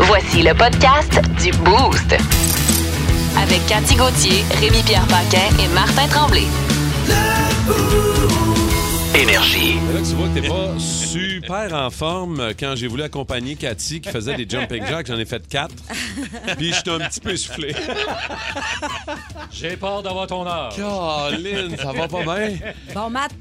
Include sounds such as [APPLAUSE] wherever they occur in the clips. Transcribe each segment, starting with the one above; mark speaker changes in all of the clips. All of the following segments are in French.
Speaker 1: Voici le podcast du Boost. Avec Cathy Gauthier, Rémi-Pierre Paquin et Martin Tremblay.
Speaker 2: Énergie.
Speaker 3: Là, tu vois que t'es pas super en forme. euh, Quand j'ai voulu accompagner Cathy qui faisait des jumping jacks, j'en ai fait quatre. Puis j'étais un petit peu soufflé.
Speaker 4: J'ai peur d'avoir ton âge.
Speaker 3: Caroline, ça va pas bien?
Speaker 5: [LAUGHS] Bon matin,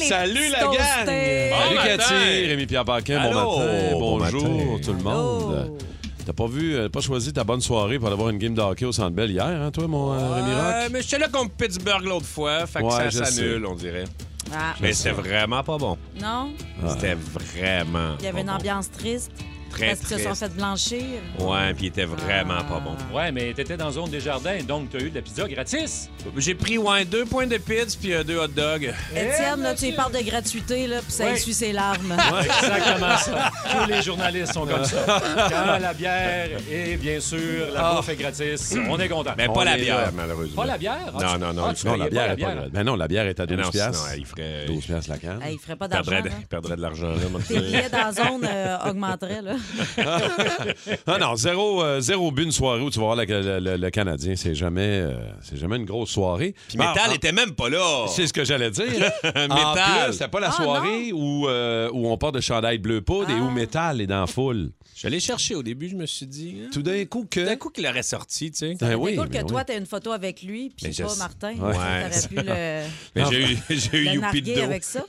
Speaker 5: les
Speaker 3: Salut
Speaker 5: petits
Speaker 3: la gang!
Speaker 5: toastés!
Speaker 3: Salut
Speaker 4: matin!
Speaker 3: Cathy, Rémi-Pierre Paquin, bon
Speaker 2: Allô,
Speaker 3: matin,
Speaker 2: bon
Speaker 3: bonjour
Speaker 2: matin.
Speaker 3: tout le monde.
Speaker 5: Allô.
Speaker 3: T'as pas vu, euh, pas choisi ta bonne soirée pour aller voir une game de hockey au Centre Bell hier, hein, toi, mon euh, Rémi
Speaker 2: Euh,
Speaker 3: Rock?
Speaker 2: mais j'étais là contre Pittsburgh l'autre fois, fait que
Speaker 3: Ouais, je
Speaker 2: ça s'annule,
Speaker 3: sais.
Speaker 2: on dirait.
Speaker 5: Ah,
Speaker 2: Mais c'était vraiment pas bon.
Speaker 5: non,
Speaker 2: C'était vraiment.
Speaker 5: il y avait
Speaker 2: pas
Speaker 5: une
Speaker 2: Ah, bon.
Speaker 5: ambiance triste
Speaker 2: Très
Speaker 5: parce qu'ils se sont
Speaker 2: triste.
Speaker 5: fait blanchir.
Speaker 2: Ouais, puis il était vraiment pas bon.
Speaker 4: Ouais, mais t'étais dans Zone des Jardins, donc t'as eu de la pizza gratis.
Speaker 2: J'ai pris ouais, deux points de pizza puis euh, deux hot dogs.
Speaker 4: Eh,
Speaker 5: Étienne, là, tu y parles de gratuité, là, puis ça essuie ses larmes.
Speaker 4: Exactement
Speaker 3: Ah.
Speaker 4: ça. [LAUGHS] Tous les journalistes sont comme
Speaker 2: [LAUGHS]
Speaker 4: ça. Quand la bière et bien sûr la bouffe est gratis, on est content.
Speaker 2: Ah. Mais
Speaker 3: On
Speaker 2: pas la
Speaker 3: est
Speaker 2: bière,
Speaker 3: là.
Speaker 2: malheureusement.
Speaker 4: Pas la bière? Ah,
Speaker 2: Non,
Speaker 4: tu-
Speaker 2: non, non,
Speaker 4: ah, tu
Speaker 2: non,
Speaker 4: payais
Speaker 3: la
Speaker 4: pas
Speaker 3: bière
Speaker 4: la
Speaker 3: est pas
Speaker 4: bière.
Speaker 3: gratuite. Ben non, la bière est à 12
Speaker 2: Non,
Speaker 3: piastres.
Speaker 2: sinon, il ferait.
Speaker 3: 12 piastres la canne.
Speaker 5: Hey, Ah, il ferait pas
Speaker 2: Il perdrait
Speaker 5: d'argent.
Speaker 2: de,
Speaker 5: là.
Speaker 2: il perdrait de l'argent, là, moi,
Speaker 5: [LAUGHS] Tes
Speaker 2: tu sais.
Speaker 5: billets dans la zone euh, augmenteraient. Là.
Speaker 2: Ben
Speaker 3: [LAUGHS] Ah non, zéro, euh, zéro but une soirée où tu vas voir la- le, le- le Canadien. C'est jamais, euh, c'est jamais une grosse soirée.
Speaker 2: Puis
Speaker 3: Ah,
Speaker 2: Métal
Speaker 3: ah,
Speaker 2: était même pas là.
Speaker 3: C'est ce que j'allais dire.
Speaker 2: [LAUGHS]
Speaker 3: [LAUGHS] En
Speaker 2: Métal.
Speaker 3: plus, c'était pas la
Speaker 5: Ah,
Speaker 3: soirée où, euh, où on part de chandail bleu poudre et où Métal est dans la foule.
Speaker 2: Ah. Je suis allé chercher au début, je me suis dit. hein,
Speaker 3: Tout d'un coup que...
Speaker 2: D'un coup qu'il aurait sorti, tu sais.
Speaker 3: Ben
Speaker 5: C'est
Speaker 3: oui,
Speaker 5: cool que
Speaker 3: mais
Speaker 5: toi,
Speaker 3: oui.
Speaker 5: tu as une photo avec lui, puis
Speaker 2: Mais je
Speaker 5: pas
Speaker 2: sais.
Speaker 5: Martin.
Speaker 3: Ouais.
Speaker 5: T'aurais pu
Speaker 3: [LAUGHS]
Speaker 5: le,
Speaker 2: [LAUGHS] Mais j'ai eu, j'ai eu
Speaker 5: le
Speaker 2: Youpi de
Speaker 5: narguer
Speaker 2: dos.
Speaker 5: avec ça.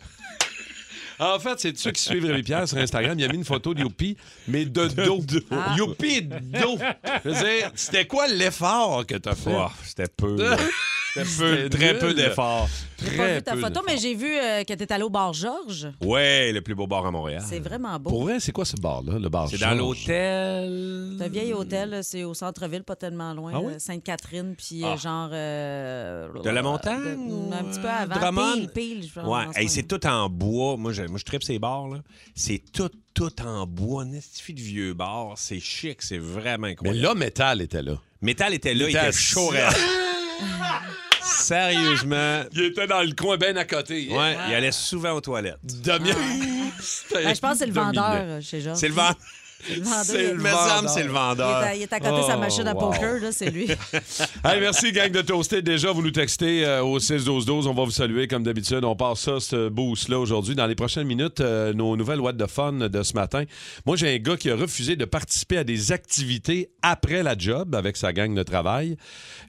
Speaker 3: Ah, En fait, c'est ceux qui suivent Rémi Pierre sur Instagram. Il a mis une photo de Youpi, mais de dos.
Speaker 2: Ah.
Speaker 3: Youpi de dos. Je veux dire, c'était quoi l'effort que t'as fait?
Speaker 2: Oh, c'était peu. là.
Speaker 3: [LAUGHS]
Speaker 2: C'était peu, très peu
Speaker 3: nul.
Speaker 2: d'efforts.
Speaker 5: J'ai pas
Speaker 3: Très
Speaker 5: vu ta
Speaker 3: peu
Speaker 5: photo,
Speaker 3: de-
Speaker 5: mais j'ai vu euh, que tu allé au bar Georges.
Speaker 2: Ouais, le plus beau bar à Montréal.
Speaker 5: C'est vraiment beau.
Speaker 3: Pour vrai, c'est quoi ce bar-là, le
Speaker 6: Ah,
Speaker 3: bar
Speaker 2: C'est dans
Speaker 3: Georges?
Speaker 2: l'hôtel.
Speaker 5: C'est un vieil hôtel, là, c'est au centre-ville, pas tellement loin.
Speaker 3: Ah oui?
Speaker 5: là, Sainte-Catherine, puis
Speaker 2: Ah.
Speaker 5: euh, genre. euh,
Speaker 2: De la montagne?
Speaker 5: de-
Speaker 2: ou,
Speaker 5: un petit peu
Speaker 2: euh,
Speaker 5: avant.
Speaker 2: Drummond?
Speaker 5: Pile, pile, je
Speaker 2: Ouais,
Speaker 5: pense,
Speaker 2: hey,
Speaker 5: ouais.
Speaker 2: c'est tout en bois. Moi, je, moi, je tripe ces bars, là. C'est tout, tout en bois. Un estifi de vieux bar. C'est chic, c'est vraiment
Speaker 3: Mais
Speaker 2: incroyable.
Speaker 3: là, Métal était là.
Speaker 2: Métal était là, il
Speaker 3: était
Speaker 2: était
Speaker 3: assis.
Speaker 2: chaud. raide. Sérieusement.
Speaker 3: Il était dans le coin bien à côté.
Speaker 2: Ouais, il allait souvent aux toilettes.
Speaker 5: Ben, je pense que c'est le vendeur chez Georges.
Speaker 2: C'est
Speaker 5: [LAUGHS]
Speaker 2: le vendeur.
Speaker 5: Le vendeur,
Speaker 2: C'est le
Speaker 5: il-
Speaker 2: Oh, me semble, c'est le
Speaker 5: Il est,
Speaker 2: vendeur.
Speaker 5: à, il est à côté de sa machine à
Speaker 3: wow.
Speaker 5: poker, là, c'est
Speaker 2: [LAUGHS]
Speaker 5: lui.
Speaker 3: Hey, merci, gang de Toasté. Déjà, vous nous textez euh, au 6-12-12. On va vous saluer comme d'habitude. On part ça, ce boost-là, aujourd'hui. Dans les prochaines minutes, euh, nos nouvelles What de Fun de ce matin. Moi, j'ai un gars qui a refusé de participer à des activités après la job avec sa gang de travail.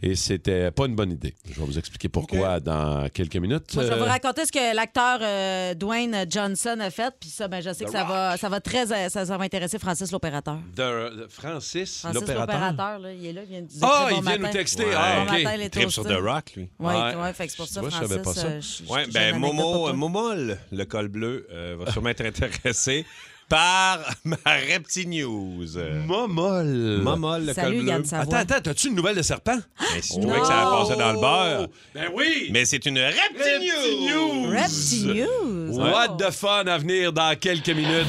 Speaker 3: Et c'était pas une bonne idée. Je vais vous expliquer pourquoi dans quelques minutes.
Speaker 5: Moi, je vais vous
Speaker 3: Euh,
Speaker 5: raconter ce que l'acteur euh, Dwayne Johnson a fait, puis ça, ben, je sais que ça va, ça va très, euh, ça, ça va intéresser Francis l'opérateur.
Speaker 3: de, de Francis,
Speaker 5: Francis
Speaker 3: l'opérateur.
Speaker 5: l'opérateur, là, il est là, il vient nous dire
Speaker 3: Ah,
Speaker 5: très
Speaker 3: il
Speaker 5: bon
Speaker 3: vient
Speaker 5: matin.
Speaker 3: nous texter.
Speaker 5: Bon
Speaker 3: Ah, ok.
Speaker 5: matin, les
Speaker 2: Trip sur The
Speaker 5: toastés.
Speaker 2: Rock, lui.
Speaker 5: Oui,
Speaker 3: Ouais.
Speaker 5: ouais. fait que c'est pour ça,
Speaker 3: Tu vois, je
Speaker 5: Francis.
Speaker 3: savais pas ça.
Speaker 5: euh, je- je-
Speaker 2: Ouais,
Speaker 5: j'ai
Speaker 2: ben
Speaker 5: une anecdote pour
Speaker 2: Momo,
Speaker 5: toi.
Speaker 2: Momol, le col bleu, euh, va sûrement être intéressé [LAUGHS] par ma Repti News. Euh,
Speaker 3: Momol.
Speaker 2: Momol, le
Speaker 5: Salut,
Speaker 2: col bleu.
Speaker 5: Yann Savoie. Ah,
Speaker 3: Attends, attends, t'as-tu une nouvelle de serpent?
Speaker 2: Ben, c'est toi que ça a
Speaker 5: Non.
Speaker 2: passé dans le beurre.
Speaker 3: Ben oui!
Speaker 2: Mais c'est une Repti News.
Speaker 5: Repti News.
Speaker 3: What
Speaker 5: Oh.
Speaker 3: the fun à venir dans quelques minutes.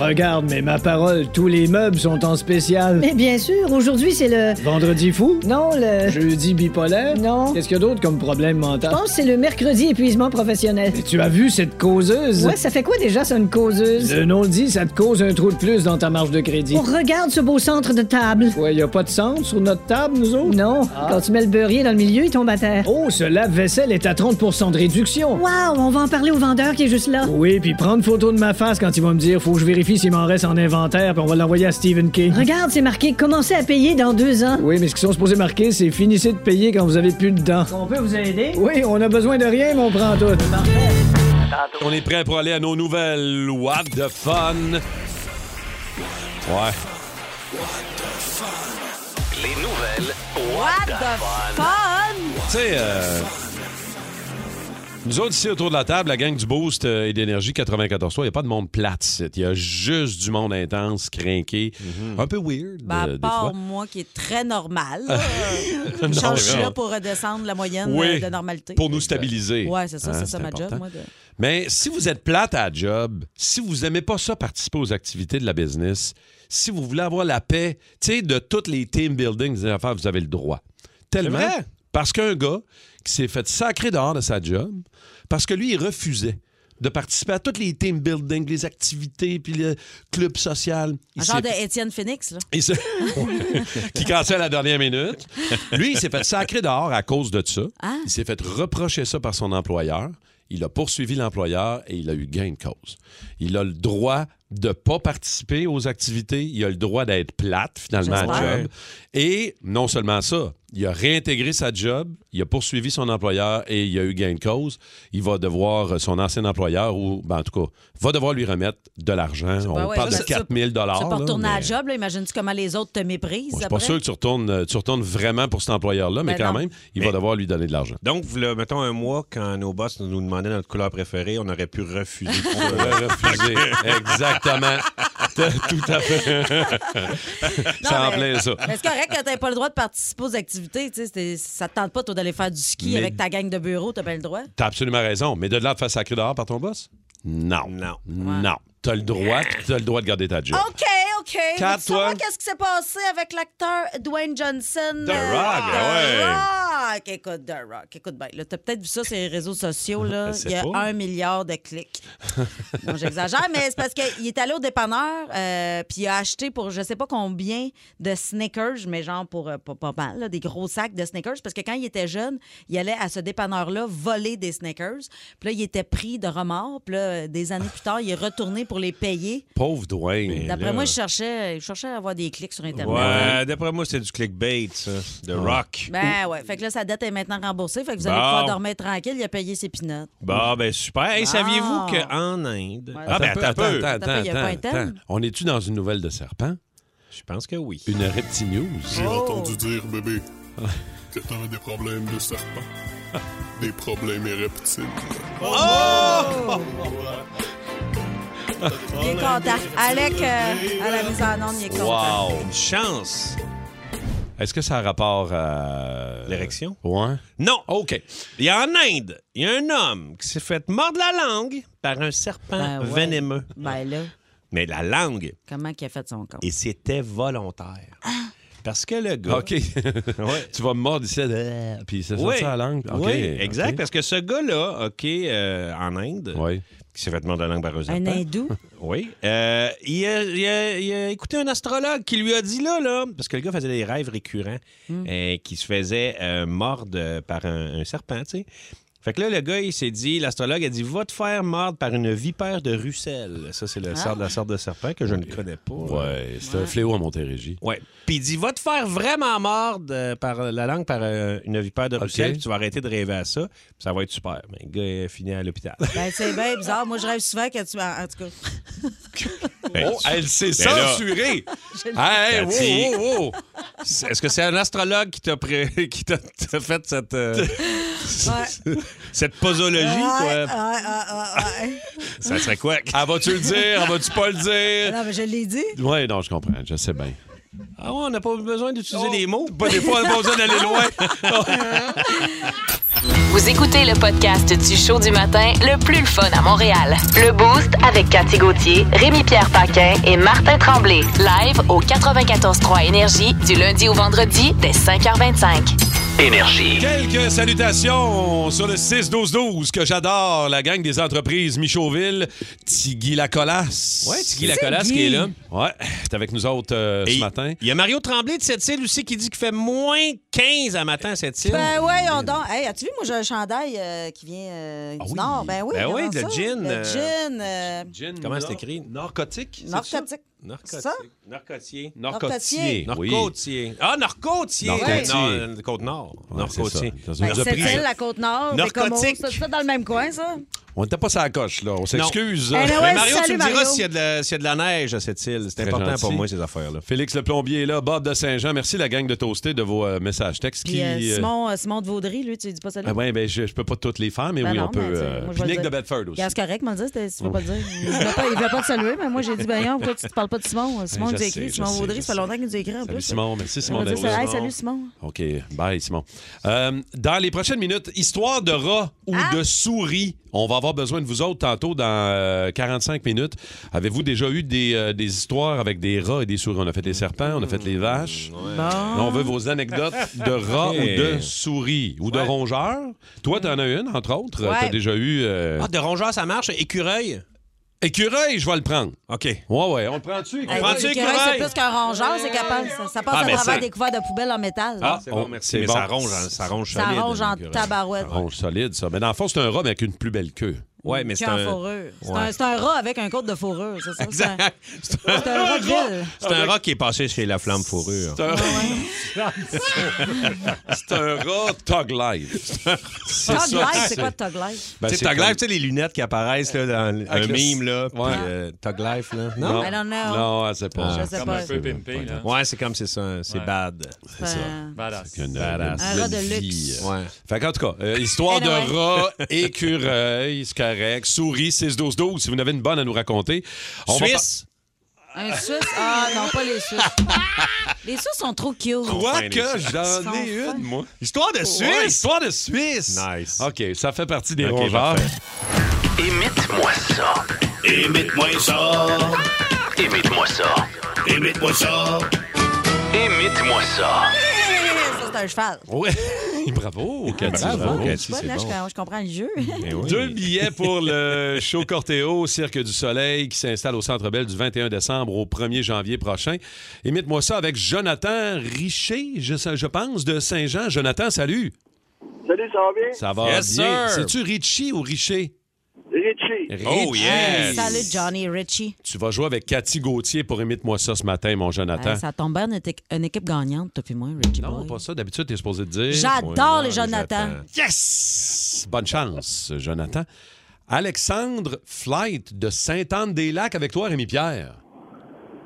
Speaker 7: Regarde, mais ma parole, tous les meubles sont en spécial.
Speaker 8: Mais bien sûr, aujourd'hui c'est le.
Speaker 7: Vendredi fou?
Speaker 8: Non, le. Je
Speaker 7: Jeudi bipolaire?
Speaker 8: Non.
Speaker 7: Qu'est-ce qu'il y a d'autre comme problème mental?
Speaker 8: pense que c'est le mercredi épuisement professionnel.
Speaker 7: Et tu as vu cette causeuse?
Speaker 8: Ouais, ça fait quoi déjà, ça, une causeuse?
Speaker 7: Le non-dit, ça te cause un trou de plus dans ta marge de crédit.
Speaker 8: On regarde ce beau centre de table.
Speaker 7: Ouais, y a pas de centre sur notre table, nous autres? Ah.
Speaker 8: Non, quand tu mets le beurrier dans le milieu, il tombe à terre.
Speaker 7: Oh, ce lave-vaisselle est à 30 de réduction.
Speaker 8: Waouh, on va en parler au vendeur qui est juste là.
Speaker 7: Oui, puis prendre photo de ma face quand il va me dire faut que je vérifie s'il m'en reste en inventaire, puis on va l'envoyer à Stephen King.
Speaker 8: Regarde, c'est marqué commencez à payer dans deux ans.
Speaker 7: Oui, mais ce qu'ils sont supposés marquer, c'est finissez de payer quand vous avez plus de dents.
Speaker 8: On peut vous aider?
Speaker 7: Oui, on a besoin de rien, mais on prend tout.
Speaker 3: On est prêt pour aller à nos nouvelles What the fun. Ouais.
Speaker 9: Les nouvelles.
Speaker 5: What the fun?
Speaker 3: Tu sais, euh, nous autres ici autour de la table, la gang du Boost euh, et d'Énergie 94 il n'y a pas de monde plate ici. Il y a juste du monde intense, crinqué,
Speaker 2: Mhm.
Speaker 3: un peu weird
Speaker 5: Ben,
Speaker 3: euh,
Speaker 5: à
Speaker 3: des fois.
Speaker 5: part
Speaker 3: [LAUGHS]
Speaker 5: moi, qui est très
Speaker 2: [LAUGHS]
Speaker 5: normal. là. Je change je suis
Speaker 3: mais
Speaker 5: là
Speaker 3: non.
Speaker 5: pour redescendre la moyenne
Speaker 3: Oui,
Speaker 5: euh, de normalité.
Speaker 3: Pour nous stabiliser.
Speaker 5: Ouais, c'est ça,
Speaker 3: Hein,
Speaker 5: c'est ça ma
Speaker 3: important.
Speaker 5: job, moi. de-
Speaker 3: Mais si vous êtes plate à la job, si vous aimez pas ça participer aux activités de la business, si vous voulez avoir la paix, tu sais, de toutes les team building des affaires, vous avez le droit. Tellement.
Speaker 2: C'est vrai?
Speaker 3: Parce qu'un gars qui s'est fait sacrer dehors de sa job, parce que lui, il refusait. de participer à toutes les team building, les activités, puis le club social. Il
Speaker 5: Un genre
Speaker 3: s'est-
Speaker 5: de Étienne Phoenix, là.
Speaker 3: il se- [LAUGHS] qui cancelle à la dernière minute. Lui, il s'est fait sacrer dehors à cause de ça.
Speaker 5: Ah.
Speaker 3: Il s'est fait reprocher ça par son employeur. Il a poursuivi l'employeur et il a eu gain de cause. Il a le droit de ne pas participer aux activités. Il a le droit d'être plate, finalement, à
Speaker 5: J'espère.
Speaker 3: job. Et non seulement ça, il a réintégré sa job, il a poursuivi son employeur et il a eu gain de cause. Il va devoir, euh, son ancien employeur, ou ben, en tout cas, va devoir lui remettre de l'argent. On
Speaker 5: Ben ouais,
Speaker 3: parle
Speaker 5: ça,
Speaker 3: de
Speaker 5: ça,
Speaker 3: 4 000
Speaker 5: Tu peux pas
Speaker 3: là,
Speaker 5: retourner à la
Speaker 3: mais-
Speaker 5: job, là. Imagine-tu comment les autres te méprisent
Speaker 3: Bon, je suis
Speaker 5: après?
Speaker 3: pas sûr que tu retournes, euh, tu retournes vraiment pour cet employeur-là, mais
Speaker 5: Ben
Speaker 3: quand
Speaker 5: non.
Speaker 3: même, il
Speaker 2: Mais-
Speaker 3: va devoir lui donner de l'argent.
Speaker 2: [LAUGHS] Donc, v'là, mettons un mois, quand nos boss nous demandaient notre couleur préférée, on aurait pu refuser.
Speaker 3: On aurait
Speaker 2: [LAUGHS]
Speaker 3: refusé. Exactement. T'as Tout à fait.
Speaker 5: [LAUGHS] Non,
Speaker 3: ça en
Speaker 5: mais-
Speaker 3: plein ça.
Speaker 5: [LAUGHS] Mais c'est correct que t'as pas le droit de participer aux activités, tu sais. c'était- Ça te tente pas, toi, d'aller faire du ski
Speaker 3: Mais-
Speaker 5: avec ta gang de bureau, t'as pas le droit.
Speaker 3: T'as absolument raison. Mais de là à te faire sacrer dehors par ton boss? Non.
Speaker 2: Non.
Speaker 3: Non. T'as le droit, puis t'as le droit de garder ta job.
Speaker 5: OK, OK.
Speaker 3: Kat,
Speaker 5: Veux-tu savoir
Speaker 3: toi?
Speaker 5: qu'est-ce qui s'est passé avec l'acteur Dwayne Johnson?
Speaker 3: The
Speaker 5: euh,
Speaker 3: Rock,
Speaker 5: The
Speaker 3: ah
Speaker 5: Rock. Écoute, The Rock. Écoute bien. là, T'as peut-être vu ça sur les réseaux sociaux. Là.
Speaker 3: sais
Speaker 5: Il y a
Speaker 3: pas.
Speaker 5: un milliard de clics. non, j'exagère, mais c'est parce qu'il est allé au dépanneur euh, puis il a acheté pour je sais pas combien de Snickers, mais genre pour euh, pas, pas mal, là, des gros sacs de Snickers. Parce que quand il était jeune, il allait à ce dépanneur-là voler des Snickers. Puis là, il était pris de remords. Puis là, euh, des années plus tard, il est retourné pour les payer.
Speaker 3: Pauvre Dwayne.
Speaker 5: D'après moi, je cherchais, je cherchais à avoir des clics sur Internet.
Speaker 2: Ouais, d'après moi, c'est du clickbait, ça. The
Speaker 3: Ah.
Speaker 2: Rock.
Speaker 5: Ben ouais. Fait que là, sa dette est maintenant remboursée. Fait que vous allez
Speaker 2: Bon.
Speaker 5: pouvoir dormir tranquille. Il a payé ses pinottes.
Speaker 2: Bah, ben super. Hey,
Speaker 5: Bon.
Speaker 2: saviez-vous qu'en Inde. Ah, ben
Speaker 3: Attends,
Speaker 2: attends un peu.
Speaker 3: attends,
Speaker 5: Attends, il y a pas un
Speaker 3: attends,
Speaker 5: thème?
Speaker 3: attends. On est-tu dans une nouvelle de serpent?
Speaker 2: Je pense que oui.
Speaker 3: Une reptinews?
Speaker 9: J'ai
Speaker 5: Oh!
Speaker 10: Oh.
Speaker 9: entendu dire, bébé, que t'avais des problèmes de serpent, des problèmes et reptiles.
Speaker 3: Oh!
Speaker 5: Il est content. Alec, euh, à la mise en onde, il est content.
Speaker 3: Wow!
Speaker 2: Une chance.
Speaker 3: Est-ce que ça a rapport à.
Speaker 2: L'érection?
Speaker 3: Ouais.
Speaker 2: Non.
Speaker 3: OK.
Speaker 2: Il y a en Inde, il y a un homme qui s'est fait mordre la langue par un serpent
Speaker 5: Ben ouais.
Speaker 2: venimeux.
Speaker 5: Ben là,
Speaker 2: Mais la langue,
Speaker 5: comment qu'il a fait son compte? Ah!
Speaker 2: et c'était volontaire. Parce que le gars.
Speaker 3: OK.
Speaker 2: [LAUGHS] Ouais.
Speaker 3: tu vas me mordre ici, euh, puis c'est
Speaker 2: Oui.
Speaker 3: ça la langue. OK,
Speaker 2: Oui, exact.
Speaker 3: OK.
Speaker 2: Parce que ce gars-là, OK, euh, en Inde,
Speaker 3: Oui.
Speaker 2: qui s'est fait demander la langue par un
Speaker 5: Un
Speaker 2: serpent,
Speaker 5: hindou?
Speaker 2: oui, euh, il, a, il a- il a écouté un astrologue qui lui a dit là, là, parce que le gars faisait des rêves récurrents,
Speaker 5: Hmm.
Speaker 2: euh, qui se faisait euh, mordre par un, un serpent, tu sais. Fait que là, le gars, il s'est dit, l'astrologue a dit, va te faire mordre par une vipère de Russell. Ça, c'est
Speaker 5: Ah.
Speaker 2: le sort- la sorte de serpent que je ne connais pas.
Speaker 3: Ouais, c'est un fléau à Montérégie.
Speaker 2: Ouais. Puis il dit va te faire vraiment mordre euh, par la langue par euh, une vipère de Bruxelles, puis tu vas arrêter de rêver à ça, puis ça va être super. Mais le gars est fini
Speaker 3: [LAUGHS]
Speaker 2: à l'hôpital.
Speaker 3: Oh,
Speaker 5: Ben c'est bien bizarre. Moi, je rêve souvent que tu... En en tout cas,
Speaker 2: Ben,
Speaker 3: Oh, elle s'est
Speaker 2: Ben là- [LAUGHS]
Speaker 3: censurée! hey,
Speaker 2: Cathy.
Speaker 3: wow, wow, wow!
Speaker 2: c'est- Est-ce que c'est un astrologue qui t'a pré- [LAUGHS] qui t'a- t'a fait cette euh, [LAUGHS] cette posologie
Speaker 5: Ouais,
Speaker 2: quoi
Speaker 5: ouais, ouais, ouais, ouais.
Speaker 2: [LAUGHS] Ça serait quoi
Speaker 3: Elle va-tu le dire? Elle
Speaker 2: [LAUGHS]
Speaker 3: va-tu pas le
Speaker 5: [LAUGHS]
Speaker 3: dire?
Speaker 5: Non, mais je l'ai dit.
Speaker 3: Ouais, non, je comprends. Je sais bien.
Speaker 2: Ah ouais, on n'a pas besoin d'utiliser des mots.
Speaker 3: Pas des fois, on a pas besoin d'aller loin.
Speaker 1: Vous écoutez le podcast du show du matin le plus le fun à Montréal. Le Boost avec Cathy Gauthier, Rémi-Pierre Paquin et Martin Tremblay. Live au 94.3 Énergie du lundi au vendredi dès 5h25.
Speaker 6: Énergie.
Speaker 3: Quelques salutations sur le 6-12-12 que j'adore, la gang des entreprises Michauville, Tigui Lacolasse.
Speaker 2: [LAUGHS] Ouais, Tigui
Speaker 3: Lacolasse
Speaker 2: qui est là.
Speaker 3: Ouais, t'es avec nous autres euh,
Speaker 2: Et
Speaker 3: ce matin.
Speaker 2: Il y a Mario Tremblay de cette île aussi qui dit qu'il fait moins 15 à matin à cette île.
Speaker 5: Ben ouais, on donne. Hey, as-tu vu, moi, j'ai un chandail euh, qui vient euh, du
Speaker 3: oui.
Speaker 5: Nord. Ben oui,
Speaker 2: Ben oui,
Speaker 5: regarde
Speaker 2: le
Speaker 5: ça.
Speaker 2: gin,
Speaker 5: Le
Speaker 2: euh,
Speaker 5: gin. euh,
Speaker 2: Comment c'est écrit?
Speaker 3: Narcotique?
Speaker 5: Narcotique.
Speaker 2: Narcotique.
Speaker 5: Ça?
Speaker 2: Narcotier.
Speaker 3: Narcotier.
Speaker 2: Narcotier. Ah, Narcotier.
Speaker 3: Narcotier.
Speaker 2: Nord- Côte-Nord. Narcotier.
Speaker 3: c'est ça. Dans
Speaker 5: Ben,
Speaker 3: une
Speaker 5: cette
Speaker 3: reprise.
Speaker 5: île, la Côte-Nord,
Speaker 2: Narcotique.
Speaker 5: C'est tout dans le même coin, ça?
Speaker 3: On n'était pas sur la coche, là. On s'excuse.
Speaker 5: Eh,
Speaker 2: Mais
Speaker 5: ouais,
Speaker 2: Mario, tu
Speaker 5: salut,
Speaker 2: me diras
Speaker 5: Mario.
Speaker 2: s'il y, a de la- s'il y a de la neige à cette île. C'est
Speaker 3: Très
Speaker 2: important
Speaker 3: gentil.
Speaker 2: pour moi, ces affaires-là.
Speaker 3: Félix le plombier est là, Bob de Saint-Jean. Merci la gang de Toasté de vos euh, messages textes.
Speaker 5: Puis euh,
Speaker 3: qui, euh,
Speaker 5: Simon, euh, Simon de Vaudry, lui, tu lui dis pas ça là?
Speaker 3: ah ouais, ben, je, je peux pas toutes les faire, mais
Speaker 5: Ben
Speaker 3: oui,
Speaker 5: non,
Speaker 3: on peut.
Speaker 5: mais, tu sais, moi,
Speaker 3: euh,
Speaker 5: je
Speaker 3: puis
Speaker 5: vais
Speaker 3: Nick
Speaker 5: le
Speaker 3: de
Speaker 5: dire.
Speaker 3: Bedford aussi.
Speaker 5: Regarde, c'est correct, moi, le dire, c'était- tu peux pas le dire. Il voulait pas, il voulait pas te saluer, mais moi, j'ai dit, ben, non, pourquoi tu te parles pas de Simon? Simon
Speaker 3: je
Speaker 5: nous a
Speaker 3: sais,
Speaker 5: écrit,
Speaker 3: je
Speaker 5: Simon
Speaker 3: sais,
Speaker 5: Vaudry,
Speaker 3: je
Speaker 5: ça fait
Speaker 3: sais.
Speaker 5: longtemps qu'il nous écrit en
Speaker 3: Salut
Speaker 5: plus.
Speaker 3: Simon, merci
Speaker 5: On
Speaker 3: Simon
Speaker 5: va dire,
Speaker 3: d'être là.
Speaker 5: ça, hey, salut Simon.
Speaker 3: OK,
Speaker 5: Ah!
Speaker 3: bye Simon. Euh, dans les prochaines minutes, histoire de rat ou de souris, on va avoir besoin de vous autres tantôt dans euh, 45 minutes. Avez-vous déjà eu des, euh, des histoires avec des rats et des souris? On a fait les serpents, on a fait les vaches.
Speaker 5: Ah.
Speaker 3: [LAUGHS] Là, on veut vos anecdotes de rats
Speaker 2: Hey.
Speaker 3: ou de souris ou de rongeurs. Toi, t'en as une, entre autres.
Speaker 5: Ouais.
Speaker 3: T'as déjà eu... euh,
Speaker 2: Ah, de rongeur, ça marche. Écureuil.
Speaker 3: Écureuil, je vais le prendre.
Speaker 2: OK.
Speaker 3: Ouais, ouais, on le prend-tu?
Speaker 5: Hey,
Speaker 2: Prends-tu
Speaker 5: l'écureuil,
Speaker 2: l'écureuil?
Speaker 5: c'est plus qu'un rongeur, c'est capable. Ça, ça passe
Speaker 3: Ah,
Speaker 5: à
Speaker 3: ben,
Speaker 5: travers
Speaker 3: c'est-
Speaker 5: des couverts de poubelle en métal. là.
Speaker 3: Ah, on- c'est
Speaker 2: Mais
Speaker 3: bon.
Speaker 2: ça ronge, hein, ça ronge
Speaker 5: ça
Speaker 2: solide,
Speaker 5: ronge en
Speaker 2: l'écureuil.
Speaker 5: tabarouette.
Speaker 3: Ronge solide, ça. Mais dans le fond, c'est un rat, mais avec une plus belle queue.
Speaker 2: Ah Ouais, mais
Speaker 5: Puis
Speaker 2: c'est
Speaker 5: en
Speaker 2: un...
Speaker 5: fourrure. C'est
Speaker 2: Ouais.
Speaker 5: un- C'est un, rat avec un côte de fourrure, c'est ça? C'est un-
Speaker 2: Exact. [LAUGHS] C'est un-
Speaker 5: c'est un rat de ville.
Speaker 2: c'est un rat qui est passé chez la flamme fourrure.
Speaker 3: C'est un... c'est un rat Tug Life.
Speaker 2: [LAUGHS]
Speaker 3: C'est
Speaker 5: Tug
Speaker 3: ça que
Speaker 5: Life, c'est quoi Tug Life?
Speaker 3: Ben,
Speaker 2: tu sais,
Speaker 3: c'est
Speaker 2: Tug
Speaker 3: comme-
Speaker 2: Life, tu sais, les lunettes qui apparaissent là, dans l- un
Speaker 3: Avec le-
Speaker 2: mime, là, puis
Speaker 3: Ouais.
Speaker 2: euh, Tug Life, là. Non?
Speaker 5: I don't know. Ah,
Speaker 3: Non, elle sait pas.
Speaker 5: Je sais
Speaker 4: Comme
Speaker 5: pas.
Speaker 4: un peu pimpé, là.
Speaker 2: Ouais, c'est comme c'est ça, c'est
Speaker 4: Ouais.
Speaker 2: bad.
Speaker 5: Ben,
Speaker 4: Badass.
Speaker 3: Une-
Speaker 2: Badass.
Speaker 5: Un rat de
Speaker 3: une
Speaker 5: luxe.
Speaker 3: vie.
Speaker 2: Ouais.
Speaker 3: Fait qu'en tout cas, euh, histoire
Speaker 5: Anyway.
Speaker 3: de rat, écureuil, c'est correct, souris, 6-12-12, si vous en avez une bonne à nous raconter. On va
Speaker 2: Suisse.
Speaker 5: Un Suisse? Ah non, pas les Suisses. les Suisses sont trop cute.
Speaker 3: par- Quoi que j'en ai
Speaker 5: Ils sont
Speaker 3: une, moi.
Speaker 2: Histoire de Suisse!
Speaker 3: Ouais, histoire de Suisse.
Speaker 2: Nice.
Speaker 3: OK, ça fait partie des
Speaker 2: Ok,
Speaker 3: rongeurs.
Speaker 2: parfait.
Speaker 6: Imite-moi ça.
Speaker 9: Imite-moi ça,
Speaker 6: Imite-moi ça.
Speaker 9: imite-moi ça,
Speaker 6: Imite-moi ça.
Speaker 5: Ça, c'est un cheval.
Speaker 3: Ouais. [LAUGHS] Bravo, Cathy.
Speaker 2: Bravo,
Speaker 5: Je
Speaker 2: Cathy,
Speaker 5: sais pas,
Speaker 2: c'est
Speaker 5: là,
Speaker 2: bon.
Speaker 5: je, je comprends le
Speaker 2: [LAUGHS]
Speaker 5: jeu.
Speaker 2: Eh oui.
Speaker 3: Deux billets pour le show Corteo, Cirque du Soleil, qui s'installe au Centre Bell du 21 décembre au 1er janvier prochain. Imite-moi ça avec Jonathan Richer, je, je pense, de Saint-Jean. Jonathan, salut.
Speaker 11: Salut, ça va bien?
Speaker 3: Ça va
Speaker 2: Yes,
Speaker 3: bien.
Speaker 2: sir.
Speaker 3: C'est-tu Richie ou Richer?
Speaker 11: Richie.
Speaker 2: Oh,
Speaker 3: Richie.
Speaker 2: yes!
Speaker 5: Salut Johnny Richie.
Speaker 3: Tu vas jouer avec Cathy Gauthier pour Imite-moi ça ce matin, mon Jonathan.
Speaker 5: Hey, Euh, Ah, ça tombe bien, on était une équipe gagnante, toi et moi, Richie.
Speaker 3: Non,
Speaker 5: boy.
Speaker 3: pas ça. D'habitude, t'es supposé te dire.
Speaker 5: J'adore les
Speaker 2: Jonathan.
Speaker 3: Euh.
Speaker 5: Jonathan.
Speaker 3: Yes! Bonne chance, Jonathan. Alexandre Flight de Sainte-Anne-des-Lacs avec toi, Rémi-Pierre.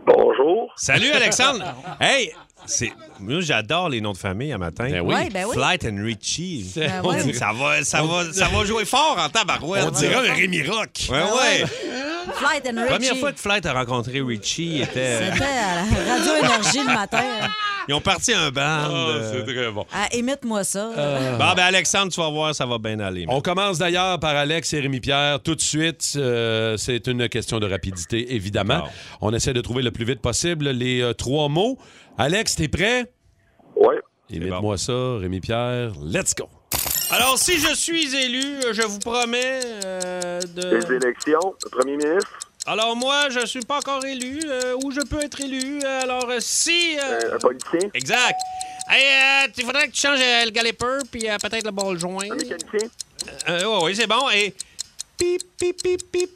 Speaker 11: Bonjour.
Speaker 2: Salut, [LAUGHS] Alexandre! hey! c'est- Moi, j'adore les noms de famille à matin.
Speaker 3: Ben oui.
Speaker 5: Ouais, ben oui.
Speaker 2: Flight and Richie.
Speaker 3: Ben
Speaker 2: On
Speaker 5: ouais.
Speaker 2: dirait- [LAUGHS] Ça, va, ça, va, ça va jouer fort en tabarouette.
Speaker 3: On dirait un Rémi Rock.
Speaker 2: Ouais, ouais.
Speaker 5: Flight and Ben Richie.
Speaker 2: Première fois que Flight a rencontré Richie, il était... euh,
Speaker 5: C'était à la Radio Énergie le matin.
Speaker 2: ils ont parti un band. euh.
Speaker 3: très bon.
Speaker 5: Ah, Imite-moi ça.
Speaker 3: Bah,
Speaker 2: Bon, ben Alexandre, tu vas voir, ça va bien aller.
Speaker 3: On commence d'ailleurs par Alex et Rémi-Pierre tout de suite. Euh, c'est une question de rapidité, évidemment.
Speaker 2: Wow.
Speaker 3: On essaie de trouver le plus vite possible les euh, trois mots. Alex, t'es prêt?
Speaker 11: Ouais.
Speaker 3: Imite-moi ça, Rémi-Pierre. Let's go!
Speaker 2: Alors, si je suis élu, je vous promets euh,
Speaker 11: Les
Speaker 2: de...
Speaker 11: élections, le premier ministre,
Speaker 2: Alors, moi, je suis pas encore élu, euh, ou je peux être élu. Alors, euh, si... euh,
Speaker 11: un, un politicien,
Speaker 2: Exact. Hey, euh, il faudrait que tu changes euh, le galipper, puis euh, peut-être le bol joint.
Speaker 11: un mécanicien,
Speaker 2: Euh, ouais, oui, c'est bon. Et... Pip, pip, pip, pip.